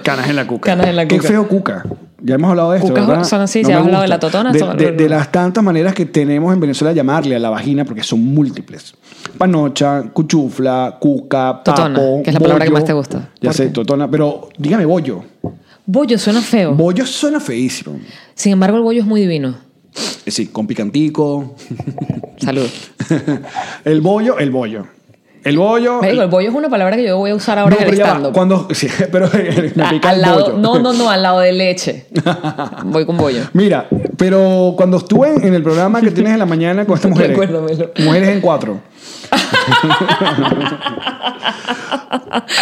S1: Canas en la cuca.
S3: Canas en la
S1: Qué
S3: cuca.
S1: feo cuca. Ya hemos hablado de esto,
S3: Cucas
S1: ¿verdad?
S3: son así,
S1: No
S3: ya
S1: me
S3: hemos hablado de
S1: gusta.
S3: la totona,
S1: De,
S3: son-
S1: de- de las tantas maneras que tenemos en Venezuela de llamarle a la vagina, porque son múltiples. Panocha, cuchufla, cuca, papo,
S3: Totona, que es la palabra que
S1: bollo.
S3: más te gusta.
S1: Ya
S3: ¿Por
S1: sé,
S3: qué?
S1: totona. Pero dígame bollo.
S3: Bollo suena feo.
S1: Bollo suena feísimo.
S3: Sin embargo, el bollo es muy divino.
S1: Eh, Sí, con picantico.
S3: Salud.
S1: el bollo, el bollo. El bollo.
S3: Me digo, el bollo es una palabra que yo voy a usar ahora
S1: No,
S3: en el
S1: pero ya va,
S3: stand
S1: Cuando, sí, pero me pica el bollo.
S3: No, no, no, al lado de leche. Voy con bollo.
S1: Mira, pero cuando estuve en el programa que tienes en la mañana con estas mujeres.
S3: Recuérdamelo.
S1: Mujeres en cuatro.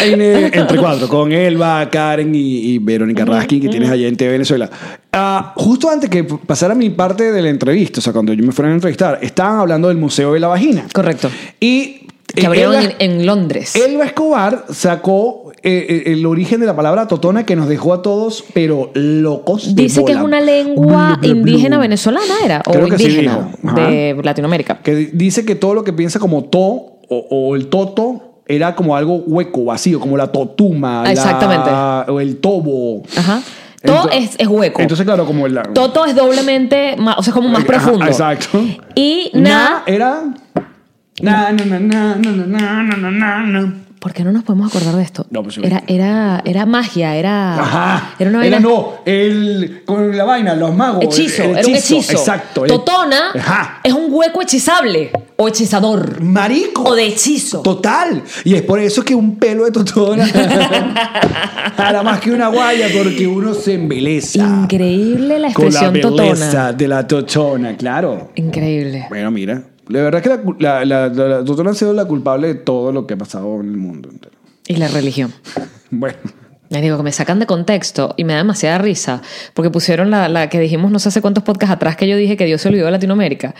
S1: En, eh, entre cuatro, con Elba, Karen y, y Verónica Raskin, que tienes allá en TV Venezuela. Ah, justo antes que pasara mi parte de la entrevista, o sea, cuando yo me fueron a entrevistar, estaban hablando del Museo de la Vagina.
S3: Correcto.
S1: Y
S3: Que
S1: eh,
S3: abrieron
S1: Elba-
S3: en, en Londres.
S1: Elba Escobar sacó eh, eh, el origen de la palabra totona que nos dejó a todos, pero locos. de
S3: Dice que es
S1: bola.
S3: una lengua
S1: Blu, blu, blu.
S3: indígena venezolana, ¿era? O
S1: Creo que sí
S3: indígena
S1: dijo. Ajá.
S3: de Latinoamérica.
S1: Que di- dice que todo lo que piensa como to o, o el toto era como algo hueco, vacío, como la totuma. la-
S3: Exactamente.
S1: o el tobo.
S3: Ajá.
S1: Ento-
S3: Todo es, es hueco.
S1: Entonces, claro, como el.
S3: Toto es doblemente más, o sea, es como más
S1: Ajá,
S3: profundo.
S1: exacto.
S3: Y
S1: Na
S3: na,
S1: era. Na, na, na, na, na, na, na, na, na, na.
S3: ¿por qué no nos podemos acordar de esto?
S1: No, pues, sí.
S3: era, era, era magia, era.
S1: Ajá.
S3: Ah. Era una vaina.
S1: Era no, el, con la vaina, los magos.
S3: Hechizo,
S1: el- el
S3: era un hechizo.
S1: Exacto. el-
S3: Totona
S1: Ajá.
S3: es un hueco hechizable o hechizador
S1: Marico.
S3: o de hechizo.
S1: Total. Y es por eso que un pelo de totona era más que una guaya, porque uno se embeleza.
S3: Increíble la
S1: Con la
S3: expresión
S1: belleza
S3: totona.
S1: de la totona, claro.
S3: Increíble.
S1: Bueno, mira. La verdad es que la, cu- la- la- la- la totona ha sido la culpable de todo lo que ha pasado en el mundo entero.
S3: Y la religión.
S1: Bueno.
S3: Les digo que me sacan de contexto y me da demasiada risa, porque pusieron la, la que dijimos no sé hace cuántos podcasts atrás que yo dije que Dios se olvidó de Latinoamérica.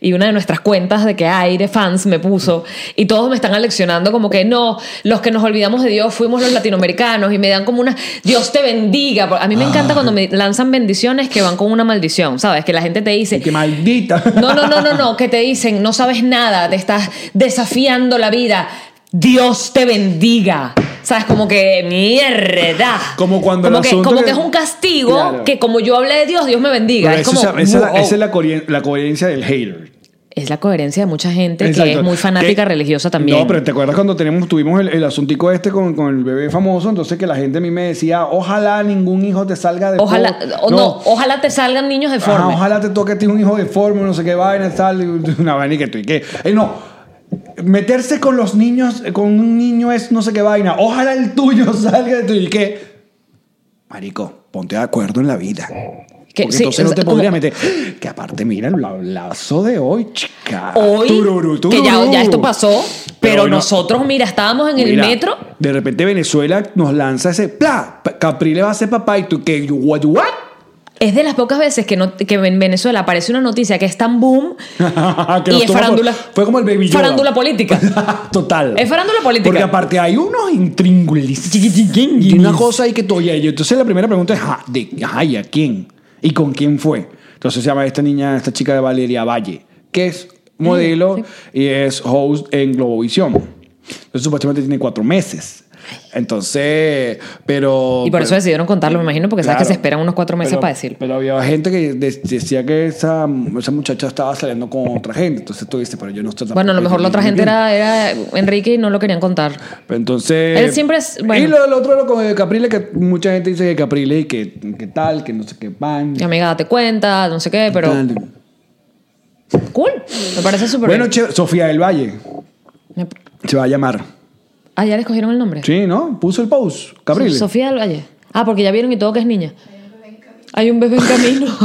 S3: Y una de nuestras cuentas de que aire fans me puso y todos me están aleccionando como que no, los que nos olvidamos de Dios fuimos los latinoamericanos y me dan como una Dios te bendiga. A mí me
S1: Ah.
S3: encanta cuando me lanzan bendiciones que van con una maldición, ¿sabes? Que la gente te dice,
S1: Y que maldita.
S3: no, no, no, no, no, que te dicen, no sabes nada, te estás desafiando la vida. Dios te bendiga. ¿Sabes? Como que mierda.
S1: Como cuando el
S3: como, que,
S1: asunto
S3: como
S1: que-
S3: que es un castigo
S1: Claro.
S3: que como yo hablé de Dios, Dios me bendiga.
S1: Pero
S3: es
S1: eso
S3: como, oh.
S1: es- esa, es la-
S3: wow.
S1: esa es la, corri- la coherencia del hater.
S3: Es la coherencia de mucha gente que
S1: Exacto.
S3: es muy fanática
S1: Que-
S3: religiosa también.
S1: No, pero ¿te acuerdas cuando tenemos, tuvimos el, el asuntico este con, con el bebé famoso? Entonces que la gente a mí me decía, ojalá ningún hijo te salga de
S3: ojalá, o no. ojalá te salgan niños
S1: Ajá,
S3: deformes.
S1: Ah, ojalá te toque a ti un hijo deforme, no sé qué vaina, tal, y una vaina y que tú y qué. Eh, no. Meterse con los niños, eh, con un niño es no sé qué vaina. Ojalá el tuyo salga de tu y qué. Marico, ponte de acuerdo en la vida.
S3: Que
S1: Porque
S3: sí,
S1: entonces no
S3: o
S1: te
S3: sea,
S1: podrías
S3: como-
S1: meter. Que aparte, mira el lazo de hoy, chica.
S3: Hoy,
S1: Tururú,
S3: que ya,
S1: tururú.
S3: ya esto pasó, pero,
S1: bueno,
S3: nosotros, mira, estábamos en
S1: Mira,
S3: el metro.
S1: De repente Venezuela nos lanza ese pla. pa- Caprile va a ser papá y tú que what what?
S3: Es de las pocas veces que, no- que en Venezuela aparece una noticia que es tan boom
S1: Que
S3: y
S1: nos toma
S3: es
S1: por-
S3: farándula.
S1: fue como el baby Yoda.
S3: Farándula política.
S1: Total.
S3: Es farándula política.
S1: Porque aparte hay unos intríngulis. Y una cosa ahí que tú, oye, yo- entonces la primera pregunta es, ajá, de, ajá, ¿y a quién? ¿Y con quién fue? Entonces se llama esta niña, esta chica de Valeria Valle, que es modelo y es host en Globovisión. Entonces supuestamente tiene cuatro meses. Entonces, pero...
S3: Y por eso
S1: pero-
S3: decidieron contarlo, me imagino, porque sabes que
S1: Claro.
S3: se esperan unos cuatro meses
S1: Pero-
S3: para decirlo.
S1: Pero había gente que de- decía que esa, esa muchacha estaba saliendo con otra gente. Entonces tú dices, pero yo no estoy
S3: Bueno, a lo
S1: tampoco-
S3: mejor la otra gente era, era Enrique y no lo querían contar.
S1: Pero entonces.
S3: Él siempre es- bueno.
S1: Y lo del otro, lo de Caprile, que mucha gente dice que Caprile y que, que tal, que no sé qué pan.
S3: Mi amiga, date cuenta, no sé qué, pero
S1: tal.
S3: cool. Me parece súper
S1: Bueno,
S3: bien.
S1: che, Sofía del Valle
S3: Me-
S1: se va a llamar.
S3: Ah, ya le escogieron el nombre.
S1: Sí, ¿no? Puso el post. Caprile.
S3: Sofía del Valle. Ah, porque ya vieron y todo que es niña. Hay un bebé en camino.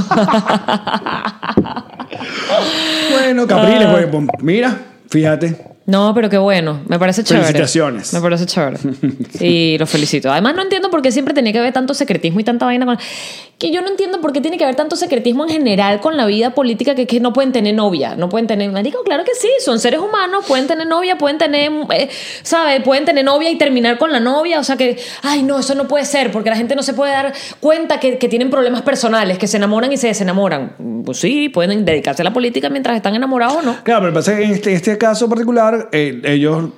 S1: Bueno, Caprile,
S3: Ah.
S1: pues, pon- mira, fíjate.
S3: No, pero qué bueno. Me parece chévere.
S1: Felicitaciones.
S3: Me parece chévere. Y los felicito. Además, no entiendo por qué siempre tenía que haber tanto secretismo y tanta vaina con. Que yo no entiendo por qué tiene que haber tanto secretismo en general con la vida política que, que no pueden tener novia. No pueden tener. Marico, claro que sí. Son seres humanos. Pueden tener novia, pueden tener. eh, ¿Sabes? Pueden tener novia y terminar con la novia. O sea que. Ay, no, eso no puede ser. Porque la gente no se puede dar cuenta que, que tienen problemas personales, que se enamoran y se desenamoran. Pues sí, pueden dedicarse a la política mientras están enamorados o no.
S1: Claro, pero pasa que en este, este caso particular, eh, ellos.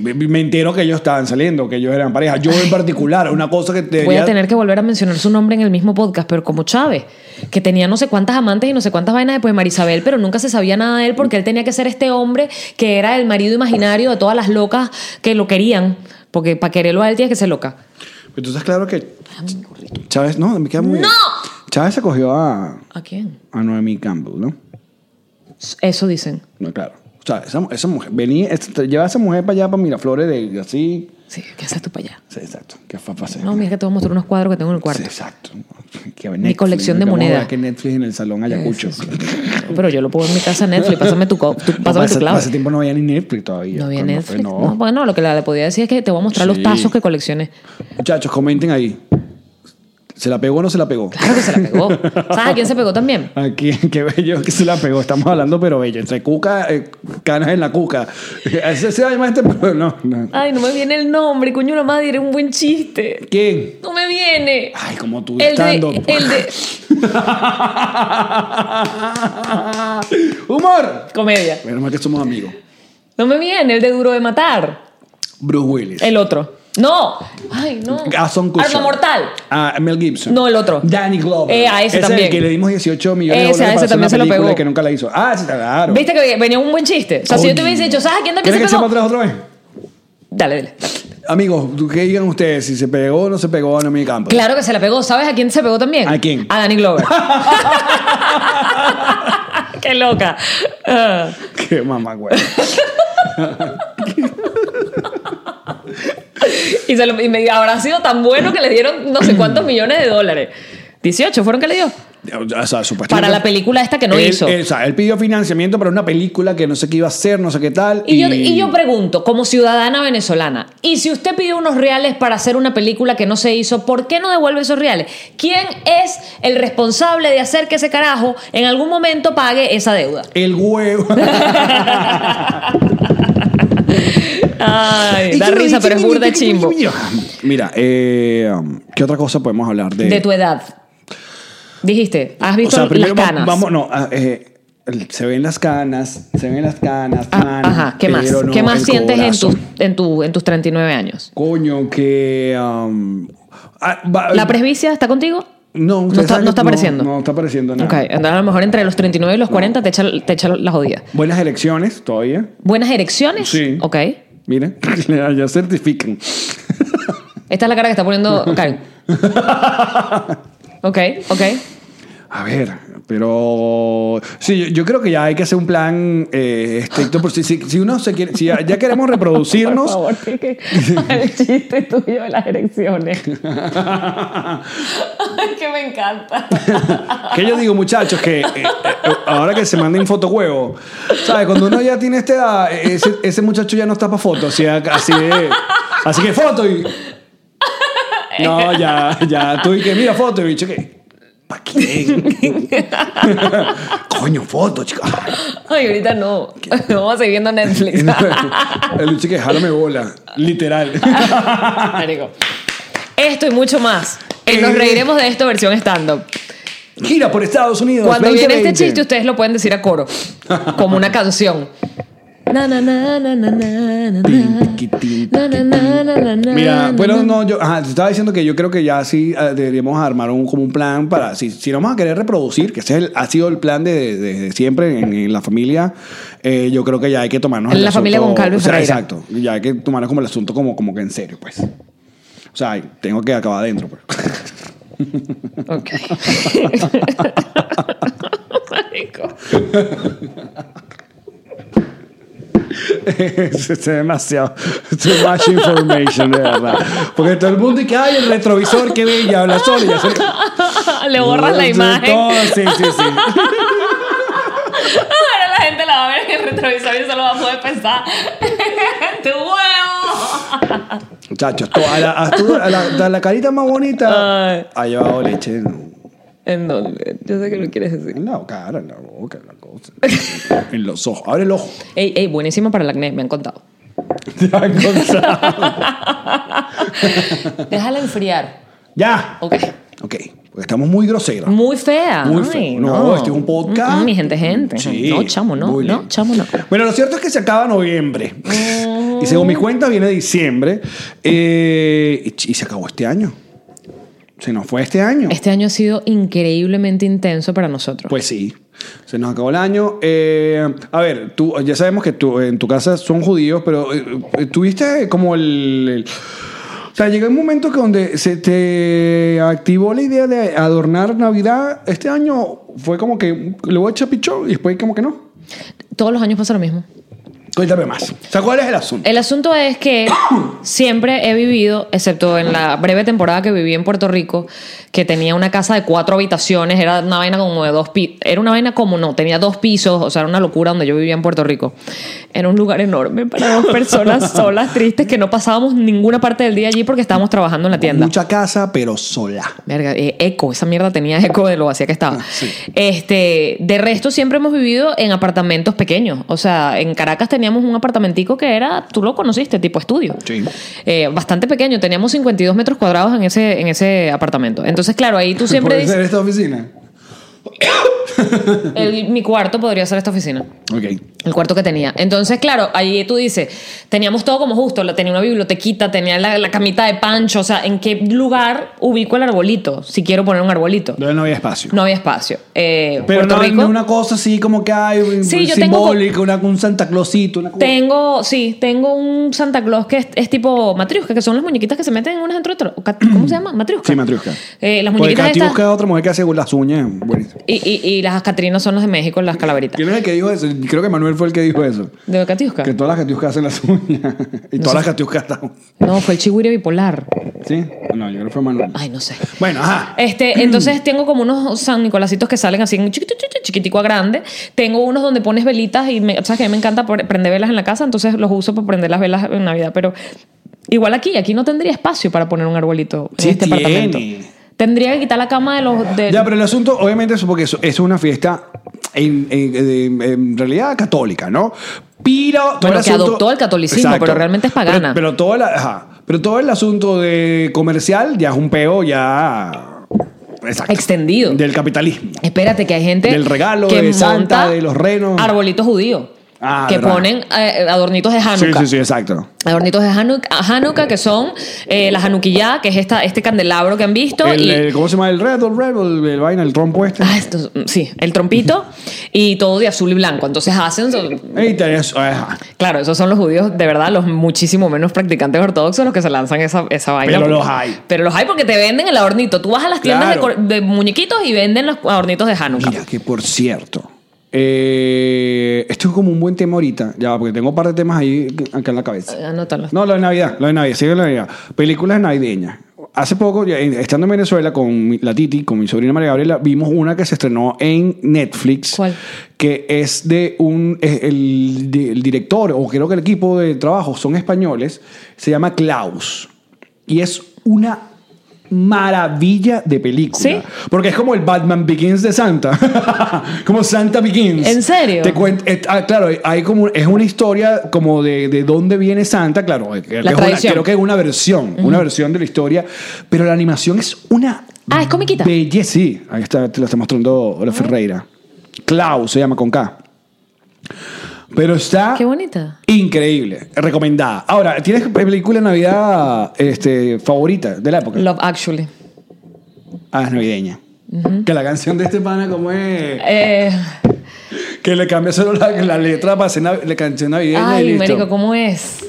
S1: Me me entero que ellos estaban saliendo, que ellos eran pareja. Yo en particular, una cosa que te
S3: Voy a tener que volver a mencionar su nombre en el mismo podcast, pero como Chávez, que tenía no sé cuántas amantes y no sé cuántas vainas después de Marisabel, pero nunca se sabía nada de él porque él tenía que ser este hombre que era el marido imaginario de todas las locas que lo querían. Porque para quererlo a él tienes que ser loca.
S1: Pero tú estás claro que. Chávez, no, me queda muy bien. Chávez se cogió a,
S3: ¿A quién?
S1: a Noemi Campbell, ¿no?
S3: Eso dicen.
S1: No, claro. O sea, esa, esa mujer, venía, esta- lleva a esa mujer para allá, para Miraflores, de, así.
S3: Sí, ¿qué haces tú para allá?
S1: Sí, exacto. ¿Qué fue a pasar?
S3: No, mira que te voy a mostrar unos cuadros que tengo en el cuarto.
S1: Sí, exacto. Que Netflix,
S3: colección de
S1: que vamos a
S3: moneda.
S1: ver Que Netflix en el salón Ayacucho.
S3: Pero yo lo pongo en mi casa Netflix, pásame tu, co- tu-
S1: No,
S3: pásame
S1: para
S3: tu
S1: ese-
S3: clave.
S1: para ese tiempo no había ni Netflix todavía.
S3: No había
S1: Cuando-
S3: Netflix.
S1: no.
S3: No, bueno, lo que le podía decir es que te voy a mostrar
S1: Sí.
S3: los tazos que coleccioné.
S1: Muchachos, comenten ahí. ¿Se la pegó o no se la pegó?
S3: Claro que se la pegó. ¿Sabes a quién se pegó también?
S1: Aquí, qué bello que se la pegó. Estamos hablando, pero bello. Entre cuca, eh, canas en la cuca. Ese se llama este, pero no, no.
S3: Ay, no me viene el nombre, coño, la madre, era un buen chiste.
S1: ¿Quién?
S3: No me viene.
S1: Ay, como tú
S3: El de,
S1: estando.
S3: el de
S1: ¡Humor!
S3: comedia.
S1: Menos mal que somos amigos.
S3: No me viene, el de duro de matar.
S1: Bruce Willis.
S3: El otro. No. Ay, no.
S1: Gaston Kutcher.
S3: Arma mortal.
S1: Ah, Mel Gibson.
S3: No, el otro.
S1: Danny Glover.
S3: Eh, a ese
S1: es
S3: también.
S1: el que le dimos 18 millones
S3: Ese,
S1: de dólares
S3: a
S1: para
S3: ese
S1: hacer
S3: también
S1: una
S3: se lo
S1: película
S3: pegó.
S1: que nunca la hizo. Ah, sí, claro.
S3: ¿Viste que venía un buen chiste? O sea, si yo te hubiese dicho, ¿sabes a quién también
S1: ¿Quieres
S3: se
S1: que
S3: pegó?
S1: echemos atrás otra vez?
S3: Dale, dale.
S1: Amigos, ¿tú ¿qué digan ustedes? Si se pegó o no se pegó a Naomi Campbell.
S3: Claro que se la pegó. ¿Sabes a quién se pegó también?
S1: ¿A quién?
S3: A Danny Glover. Qué loca. Ah.
S1: Qué mamá, güey.
S3: Y, se lo- y me, habrá sido tan bueno que le dieron no sé cuántos millones de dólares. 18 fueron que le dio.
S1: O sea, supuestamente-
S3: Para la película esta que no
S1: Él-
S3: hizo.
S1: él- o sea, él pidió financiamiento para una película que no sé qué iba a hacer, no sé qué tal.
S3: Y, yo, y yo pregunto, como ciudadana venezolana, y si usted pidió unos reales para hacer una película que no se hizo, ¿por qué no devuelve esos reales? ¿Quién es el responsable de hacer que ese carajo en algún momento pague esa deuda?
S1: El huevo.
S3: Ay, da
S1: Y yo-
S3: risa,
S1: y-
S3: pero es
S1: y-
S3: burda
S1: y-
S3: de chimbo.
S1: y- y- Mira, eh, ¿qué otra cosa podemos hablar de?
S3: De tu edad. Dijiste, has
S1: O
S3: visto
S1: sea, primero
S3: las
S1: va-
S3: canas.
S1: Vamos, no, ah, eh, el- se ven las canas, se ven las canas,
S3: Ah,
S1: mano,
S3: ajá, ¿qué más?
S1: pero no
S3: ¿Qué más
S1: el
S3: sientes en,
S1: corazón.
S3: tus- en, tu, en tus 39 años?
S1: Coño, que... um, ah, va-
S3: ¿La presbicia está contigo?
S1: No,
S3: no
S1: ustedes
S3: está,
S1: saben
S3: no
S1: que-
S3: está apareciendo.
S1: No, está apareciendo nada.
S3: Ok, entonces a lo mejor entre los 39 y los 40 te echa, te echa la jodida.
S1: Buenas elecciones todavía.
S3: ¿Buenas erecciones?
S1: Sí.
S3: Ok.
S1: Miren, ya certifican.
S3: Esta es la cara que está poniendo Karen. Ok, ok.
S1: A ver, pero sí, yo, yo creo que ya hay que hacer un plan eh, estricto. Por si, si, si uno se quiere, si ya, ya queremos reproducirnos,
S3: el chiste tuyo de las erecciones. Ay, que me encanta.
S1: que yo digo, muchachos, que eh, eh, ahora que se manden fotohuevo, ¿sabes? Cuando uno ya tiene esta edad, eh, ese, ese muchacho ya no está para fotos, así, así de- Así que foto y. No, ya, ya, tú y que mira foto y bicho que. ¿Para quién? Coño, foto, chicos.
S3: Ay, ahorita no. Vamos a seguir viendo Netflix.
S1: El bicho que jálame bola, literal.
S3: Marico. Esto y mucho más. Eh, Nos
S1: Eh.
S3: reiremos de esto versión stand-up.
S1: Gira por Estados Unidos.
S3: Cuando viene
S1: 2020.
S3: este chiste, ustedes lo pueden decir a coro, como una canción. Na, na, na, na, na, na, na,
S1: Tin, tiqui, tin,
S3: na, na, na, na, na, na,
S1: Mira,
S3: na,
S1: bueno,
S3: na.
S1: no, yo ajá, te estaba diciendo que yo creo que ya sí eh, deberíamos armar un, como un plan para, si, si vamos a querer reproducir, que ese es el- ha sido el plan de, de- de siempre en, en la familia, eh, yo creo que ya hay que tomarnos
S3: En
S1: el
S3: la familia
S1: asunto-
S3: con Calvo y
S1: o sea,
S3: Ferreira.
S1: Exacto, ya hay que tomarnos como el asunto como, como que en serio, pues. O sea, tengo que acabar adentro, pues.
S3: Ok. Marico.
S1: es, es demasiado. Too much information, de verdad. Porque todo el mundo y que, ay, el retrovisor, qué bella, habla solo. y hace-
S3: Le borras la
S1: Sí,
S3: imagen.
S1: todo, sí, sí, sí.
S3: Ahora la gente la va a ver en el retrovisor y solo va a poder pensar. ¡Tu huevo!
S1: Muchachos, to- a la, a tu- a la- a la carita más
S3: Ay.
S1: bonita ha llevado leche en,
S3: ¿En dónde? Yo sé que lo quieres decir.
S1: en la cara, en la boca, en la cosa. En los ojos. Abre el ojo.
S3: Ey, ey, buenísimo para el acné, me han contado.
S1: Te va a encontrar.
S3: Déjala enfriar.
S1: ya.
S3: Ok.
S1: Ok. Porque estamos muy groseros.
S3: Muy fea.
S1: Muy
S3: Ay,
S1: feo. No, este es un podcast.
S3: Mm, mm, mi gente, gente.
S1: Sí.
S3: No, chamo, no.
S1: Muy
S3: No,
S1: bien.
S3: chamo, no.
S1: Bueno, lo cierto es que se acaba noviembre. y según mis cuentas, viene diciembre. Eh, y, ch- y se acabó este año. Se nos fue este año.
S3: Este año ha sido increíblemente intenso para nosotros.
S1: Pues sí. Se nos acabó el año. Eh, a ver, tú, ya sabemos que tú, en tu casa son judíos, pero eh, eh, tuviste como el, el- O sea, llegó un momento que donde se te activó la idea de adornar Navidad este año. Fue como que le voy a echar pichón y después como que no.
S3: Todos los años pasa lo mismo.
S1: Cuéntame más. O sea, ¿cuál es el asunto?
S3: El asunto es que siempre he vivido, excepto en la breve temporada que viví en Puerto Rico, que tenía una casa de cuatro habitaciones, era una vaina como de dos pisos, era una vaina como no, tenía dos pisos, o sea, era una locura donde yo vivía en Puerto Rico. Era un lugar enorme para dos personas solas, tristes, que no pasábamos ninguna parte del día allí porque estábamos trabajando en la tienda.
S1: Mucha casa, pero sola.
S3: Verga, eh, eco, esa mierda tenía eco de lo vacía que estaba. Este, de resto siempre hemos vivido en apartamentos pequeños, o sea, en Caracas teníamos un apartamentico que era, tú lo conociste, tipo estudio.
S1: Sí.
S3: Eh, bastante pequeño, teníamos 52 metros cuadrados en ese en ese apartamento. Entonces, claro, ahí tú siempre
S1: ¿Puede ser
S3: dices,
S1: esta oficina?
S3: el- mi cuarto podría ser esta oficina.
S1: Ok.
S3: El cuarto que tenía. Entonces, claro, ahí tú dices, teníamos todo como justo. la- Tenía una bibliotequita, tenía la, la camita de pancho. O sea, ¿en qué lugar ubico el arbolito? Si quiero poner un arbolito.
S1: Donde no había espacio.
S3: No había espacio. Eh,
S1: Pero
S3: Puerto
S1: no,
S3: Rico.
S1: no una cosa así como que hay
S3: Sí, yo tengo
S1: simbólica, una, un Santa Clausito, una cosa.
S3: Tengo, sí, tengo un Santa Claus que es, es tipo matriusca, que son las muñequitas que se meten unas dentro de otras. ¿Cómo se llama? Matriusca.
S1: Sí, matriusca.
S3: Eh, las
S1: Porque
S3: muñequitas
S1: Katy
S3: estas.
S1: busca a otra mujer que hace las uñas. Buenísimo.
S3: Y, y- y las Catrinas son las de México, las calaveritas.
S1: ¿Quién es el que dijo eso? Creo que Manuel fue el que dijo eso.
S3: ¿De Catiusca?
S1: Que todas las catiuscas hacen las uñas. y todas las catiuscas están.
S3: No, fue el chihuire bipolar.
S1: ¿Sí? No, yo creo que fue Manuel.
S3: Ay, no sé.
S1: Bueno, ajá.
S3: Este, entonces tengo como unos San Nicolasitos que salen así en chiquitito, chiquitico, a grande. Tengo unos donde pones velitas y me, sabes que a mí me encanta por- prender velas en la casa, entonces los uso para prender las velas en Navidad. Pero igual aquí, aquí no tendría espacio para poner un arbolito en
S1: Sí
S3: este
S1: tiene.
S3: apartamento. Tendría que quitar la cama de los. de-
S1: Ya, pero el asunto, obviamente, es porque eso, eso es una fiesta en, en- en- en realidad católica, ¿no? Pero. todo
S3: Bueno,
S1: el
S3: que adoptó el catolicismo, pero realmente es pagana.
S1: Pero, pero todo el- ajá. Pero todo el asunto de comercial ya es un peo ya. Exacto.
S3: Extendido.
S1: Del capitalismo.
S3: Espérate, que hay gente.
S1: Del regalo, de Santa,
S3: monta
S1: de los renos.
S3: Arbolitos judíos.
S1: Ah,
S3: que
S1: verdad.
S3: ponen eh, adornitos de
S1: Sí,
S3: Hanukkah.
S1: sí, sí, exacto.
S3: Adornitos de Hanukkah, Hanukkah, que son eh, la Hanukkiyá, que es esta, este candelabro que han visto.
S1: El-
S3: y,
S1: el- ¿Cómo se llama? El Red Bull, Red Bull, el vaina, el trompo este.
S3: Ah, esto- sí, el trompito y todo de azul y blanco. Entonces hacen. son-
S1: Ey, tenés- ajá.
S3: claro, esos son los judíos, de verdad, los muchísimo menos practicantes ortodoxos los que se lanzan esa, esa vaina.
S1: Pero los
S3: Porque-
S1: hay.
S3: Pero los hay porque te venden el adornito. Tú vas a las tiendas de
S1: Claro.
S3: cor- de, muñequitos y venden los adornitos de Hanukkah.
S1: Mira, que por cierto. eh, esto es como un buen tema ahorita, ya, porque tengo un par de temas ahí que- acá en la cabeza.
S3: Anótalo.
S1: No, lo de Navidad, lo de Navidad, sigue lo de Navidad. Películas navideñas. Hace poco, ya, en- estando en Venezuela con mi- la Titi, con mi sobrina María Gabriela, vimos una que se estrenó en Netflix.
S3: ¿Cuál?
S1: Que es de un. es el, di- el director, o creo que el equipo de trabajo son españoles, se llama Klaus. Y es una maravilla de película.
S3: ¿Sí?
S1: Porque es como el Batman Begins de Santa. como Santa Begins.
S3: ¿En serio?
S1: Te cuen- eh, ah, claro, hay como, es una historia como de, de dónde viene Santa, claro, eh, creo que, es una,
S3: tradición.
S1: creo que es una versión, una versión de la historia, pero la animación es una...
S3: Ah, es comiquita.
S1: Belleza, sí, ahí está, te la está mostrando la Ferreira. Klaus se llama con K. Pero está...
S3: Qué bonita.
S1: Increíble, recomendada. Ahora, ¿tienes película de Navidad este, favorita de la época?
S3: Love Actually.
S1: Ah, es navideña. Que la canción de este pana, como es?
S3: Eh,
S1: Que le cambia solo la, la letra para hacer nav- la canción navideña. y
S3: ay,
S1: listo.
S3: marico, ¿cómo es?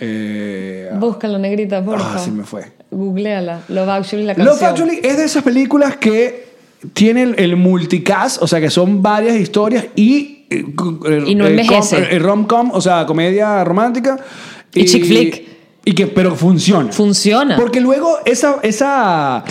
S1: Eh,
S3: Búscalo, negrita, por
S1: ah,
S3: favor.
S1: sí me fue.
S3: Googleala. Love Actually, la canción.
S1: Love Actually es de esas películas que tiene el, el multicast, o sea, que son varias historias y. eh, c-
S3: Y no
S1: eh, com-
S3: envejece.
S1: eh, Rom-com, o sea, comedia romántica.
S3: Y chick flick.
S1: Y que, pero funciona.
S3: Funciona.
S1: Porque luego esa, esa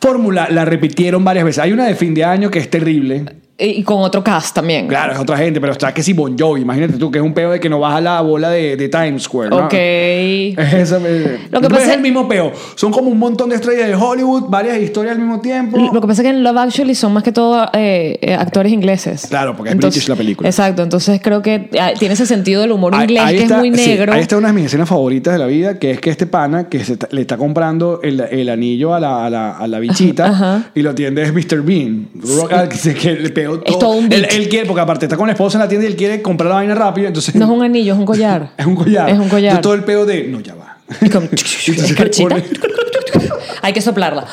S1: fórmula la repitieron varias veces. Hay una de fin de año que es terrible.
S3: Y con otro cast también.
S1: Claro, es otra gente, pero está que si Bon Jovi, imagínate tú, que es un peo de que no baja la bola de, de Times Square. ¿no?
S3: Ok.
S1: Eso me-
S3: Lo que
S1: Pues
S3: pasa-
S1: es el mismo peo. Son como un montón de estrellas de Hollywood, varias historias al mismo tiempo.
S3: Lo que pasa es que en Love Actually son más que todo eh, eh, actores ingleses.
S1: Claro, porque es British la película.
S3: Exacto, entonces creo que ah, tiene ese sentido del humor
S1: Ahí-
S3: inglés
S1: ahí
S3: que
S1: está-
S3: es muy
S1: sí,
S3: negro.
S1: ahí está una de mis escenas favoritas de la vida, que es que este pana que se está- le está comprando el, el anillo a la, a la, a la bichita
S3: Ajá.
S1: y lo atiende es Mr. Bean. Rock- ah, que se- que le pegó todo.
S3: Es todo un
S1: él,
S3: beat.
S1: él quiere, porque aparte está con la esposa en la tienda y él quiere comprar la vaina rápido, entonces...
S3: No es un anillo, es un collar.
S1: es un collar.
S3: Es un collar.
S1: Entonces, todo el peo de... No, ya va.
S3: Y como-
S1: Entonces,
S3: es corchita.
S1: pone-
S3: Hay que soplarla.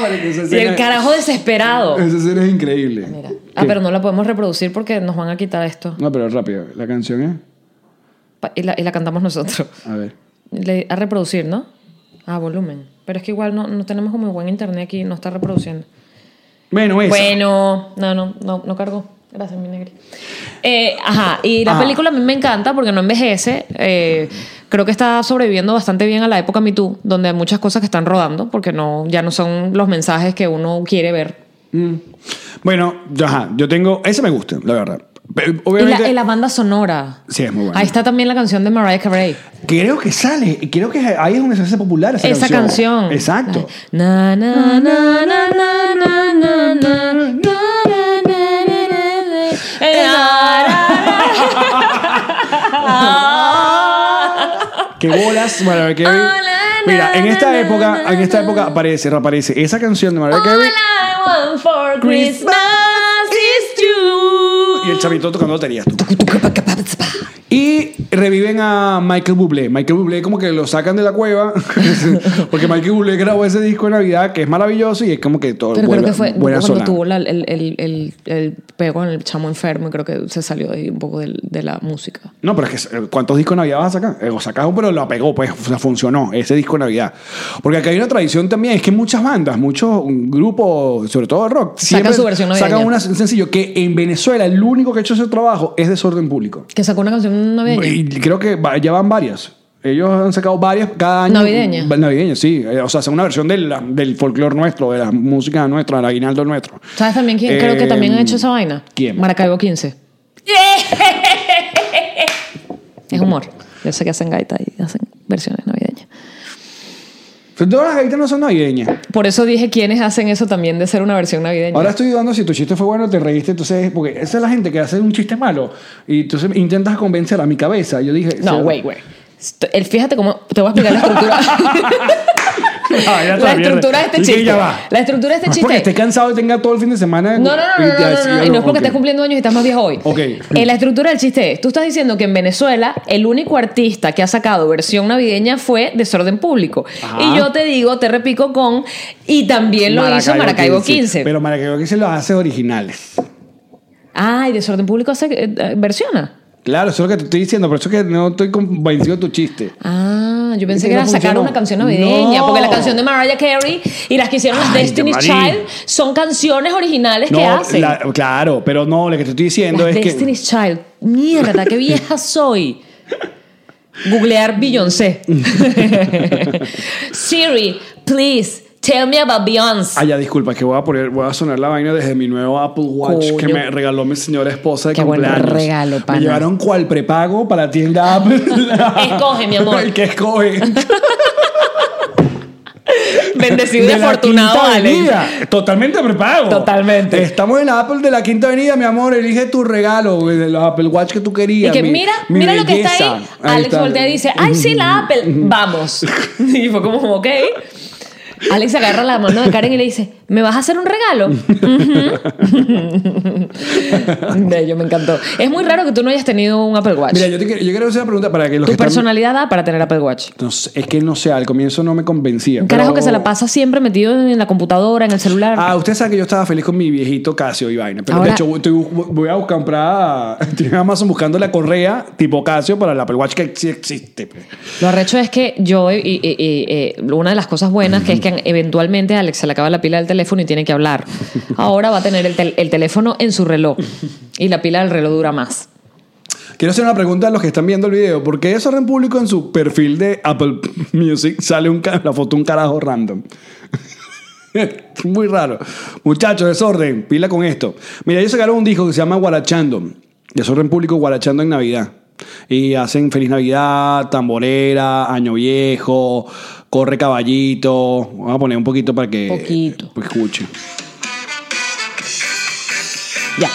S1: Marico, esa
S3: Y
S1: escena-
S3: el carajo desesperado.
S1: Esa escena es increíble.
S3: Mira. Ah,
S1: ¿Qué?
S3: pero no la podemos reproducir porque nos van a quitar esto.
S1: No, pero rápido. La canción es...
S3: Pa- Y la, y la cantamos nosotros.
S1: A ver.
S3: Le- a reproducir, ¿no? A volumen. Pero es que igual no, no tenemos como buen internet aquí, no está reproduciendo.
S1: Bueno, esa.
S3: Bueno, no, no, no, no cargó. Gracias, mi negri. Eh, ajá, y la
S1: Ajá.
S3: película a mí me encanta porque no envejece. Eh, creo que está sobreviviendo bastante bien a la época Me Too, donde hay muchas cosas que están rodando porque no, ya no son los mensajes que uno quiere ver.
S1: Bueno, ajá, yo tengo... Esa me gusta, la verdad. Pe-
S3: Y
S1: Obviamente...
S3: la, y la banda sonora.
S1: Sí, es muy buena.
S3: Ahí está también la canción de Mariah Carey.
S1: Creo que sale, creo que ahí es donde se hace popular esa,
S3: Esa canción.
S1: Exacto.
S3: Na, na, na, na, na, na, na, na, na, na, na, na, na, na. Eh,
S1: Que bolas, Mariah Carey. Mira, en esta época, en esta época aparece, reaparece esa canción de Mariah
S3: All
S1: Carey
S3: I want for Christmas is you.
S1: y el chavito tocando baterías. tú. Y reviven a Michael Bublé. Michael Bublé como que lo sacan de la cueva, porque Michael Bublé grabó ese disco de Navidad que es maravilloso y es como que todo
S3: Pero
S1: vuela-
S3: creo que fue
S1: vuela
S3: cuando
S1: sola.
S3: tuvo la- el, el, el, el peo con el chamo enfermo y creo que se salió de ahí un poco del- de, la música.
S1: No, pero es que eh, ¿cuántos discos de Navidad vas a sacar? Eh, O sacas, pero lo pegó, pues o sea, funcionó ese disco de Navidad. Porque acá hay una tradición también, es que muchas bandas, muchos un grupo, sobre todo de rock,
S3: su versión
S1: sacan
S3: navideña.
S1: una- un sencillo que en Venezuela el único que ha hecho ese trabajo es Desorden Público.
S3: Que sacó una canción navideña.
S1: Y creo que va- ya van varias. Ellos han sacado varias cada año.
S3: Navideña.
S1: Va- Navideña, sí. Eh, O sea, hacen una versión del, del folclore nuestro, de la música nuestra, del aguinaldo nuestro.
S3: ¿Sabes también quién? creo que
S1: Eh,
S3: también han hecho esa vaina.
S1: ¿Quién?
S3: Maracaibo 15. es humor. Yo sé que hacen gaita y hacen versiones navideñas.
S1: Pero todas las gaitas no son navideñas.
S3: Por eso dije quiénes hacen eso también de ser una versión navideña.
S1: Ahora estoy dudando si tu chiste fue bueno o te reíste, entonces, porque esa es la gente que hace un chiste malo y entonces intentas convencer a mi cabeza. Yo dije, Ah,
S3: no,
S1: sí.
S3: güey, güey. Esto- el- Fíjate cómo te voy a explicar la estructura.
S1: Ah, ya está,
S3: la
S1: mierda.
S3: estructura de este
S1: Dije,
S3: chiste.
S1: ya va. Ah, pues
S3: La estructura de este
S1: No es Porque
S3: chiste.
S1: estés cansado y tenga todo el fin de semana.
S3: No, no, no, no, no, no, no, no, Y no es porque
S1: te
S3: estés cumpliendo años y estás más viejo hoy.
S1: Ok.
S3: Eh, la estructura del chiste es, tú estás diciendo que en Venezuela el único artista que ha sacado versión navideña fue Desorden Público.
S1: Ajá.
S3: Y yo te digo, te repico con, y también lo hizo Maracaibo 15.
S1: Pero Maracaibo 15 los hace originales.
S3: Ay, Desorden Público hace, eh, eh, versiona.
S1: Claro, eso es lo que te estoy diciendo, por eso es que no estoy convencido de tu chiste.
S3: Ah, yo pensé
S1: que no
S3: que era sacar
S1: funcionó.
S3: una canción navideña,
S1: No.
S3: porque la canción de Mariah Carey y las que hicieron las
S1: Ay,
S3: Destiny's
S1: Marí.
S3: Child son canciones originales que hacen.
S1: la- claro, pero no, lo que te estoy diciendo
S3: Las
S1: es que.
S3: Destiny's Child. Mierda, qué vieja soy. Googlear Beyoncé. Siri, please tell me about
S1: Ah,
S3: Beyoncé.
S1: ya, disculpa, es que voy a poner, voy a sonar la vaina desde mi nuevo Apple Watch
S3: Coño.
S1: que me regaló mi señora esposa de
S3: Qué buen
S1: cumpleaños.
S3: regalo, pana.
S1: Me llevaron cual prepago para tienda Apple.
S3: Escoge, mi amor.
S1: El que escoge.
S3: Bendecido y
S1: De la
S3: afortunado,
S1: Quinta
S3: Alex.
S1: Avenida. Totalmente prepago.
S3: Totalmente.
S1: Estamos en la Apple de la Quinta Avenida, mi amor. Elige tu regalo, güey, de los Apple Watch que tú
S3: Y
S1: querías.
S3: que
S1: mi-
S3: mira,
S1: mi
S3: mira lo que está
S1: belleza.
S3: ahí. Alex
S1: está.
S3: voltea y dice, ay, sí, la Apple. Vamos. Y fue como, ok. Alex agarra la mano de Karen y le dice, ¿me vas a hacer un regalo? Ujú. Bello, me encantó. Es muy raro que tú no hayas tenido un Apple Watch.
S1: Mira, yo, te quiero, yo quiero hacer una pregunta para que los
S3: tu
S1: que están-
S3: personalidad da para tener Apple Watch.
S1: No sé, es que no sé, al comienzo no me convencía.
S3: Un carajo
S1: pero-
S3: que se la pasa siempre metido en la computadora, en el celular.
S1: Ah, usted sabe que yo estaba feliz con mi viejito Casio y vaina. Pero
S3: Ahora-
S1: de hecho, estoy bu- voy a buscar comprar. Estoy en Amazon buscando la correa tipo Casio para el Apple Watch que sí existe. pues.
S3: Lo arrecho es que yo, y- y- y- y- una de las cosas buenas que es que eventualmente a Alex se le acaba la pila del teléfono y tiene que hablar. Ahora va a tener el, tel- el teléfono en su reloj y la pila del reloj dura más.
S1: Quiero hacer una pregunta a los que están viendo el video. ¿Por qué Desorden Público en su perfil de Apple Music sale un ca- la foto de un carajo random? Es Muy raro. Muchachos, desorden, pila con esto. Mira, ellos sacaron un disco que se llama Guarachando. Desorden Público Guarachando en Navidad. Y hacen Feliz Navidad, Tamborera, Año Viejo, Corre Caballito. Vamos a poner un poquito para que
S3: Poquito.
S1: pues, escuche.
S3: Ya.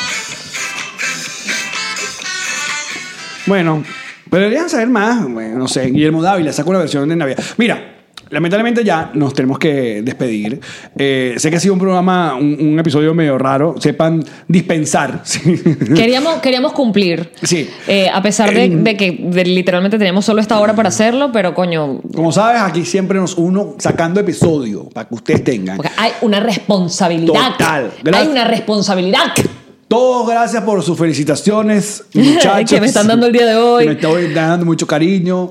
S1: Bueno, pero deberían saber más. Bueno, no sé, Guillermo Dávila sacó una versión de Navidad. Mira, lamentablemente ya nos tenemos que despedir. Eh, sé que ha sido un programa, un, un episodio medio raro. Sepan dispensar. sí.
S3: Queríamos, queríamos cumplir.
S1: Sí. Em.
S3: Eh, a pesar de, de que de- literalmente teníamos solo esta hora para hacerlo, pero coño.
S1: Como sabes, aquí siempre nos uno sacando episodio para que ustedes tengan.
S3: porque hay una responsabilidad.
S1: Total.
S3: Hay
S1: Gracias.
S3: una responsabilidad.
S1: Todos gracias por sus felicitaciones, muchachos.
S3: Que me están dando el día de hoy.
S1: Me están dando mucho cariño.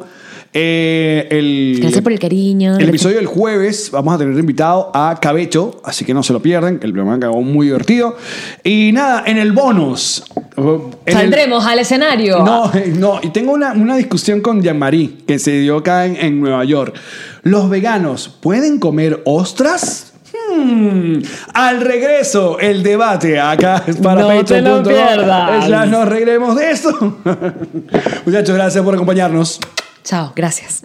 S1: Eh, el,
S3: Gracias por el cariño.
S1: El episodio del jueves vamos a tener invitado a Cabecho, así que no se lo pierden, que el programa quedó muy divertido. Y nada, en el bonus. en el-
S3: Saldremos al escenario.
S1: no, no, y tengo una, una discusión con Jean-Marie que se dio acá en, en Nueva York. ¿Los veganos pueden comer ostras? Hmm. Al regreso, el debate acá es para
S3: No te lo
S1: patreon.com.
S3: pierdas.
S1: Es la- Nos reiremos de esto. Muchachos, gracias por acompañarnos.
S3: Chao, gracias.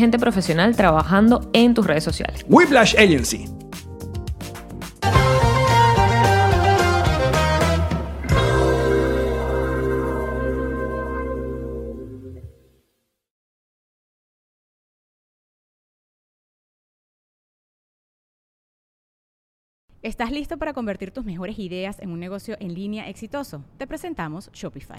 S3: gente profesional trabajando en tus redes sociales.
S1: Whiplash Agency.
S4: ¿Estás listo para convertir tus mejores ideas en un negocio en línea exitoso? Te presentamos Shopify.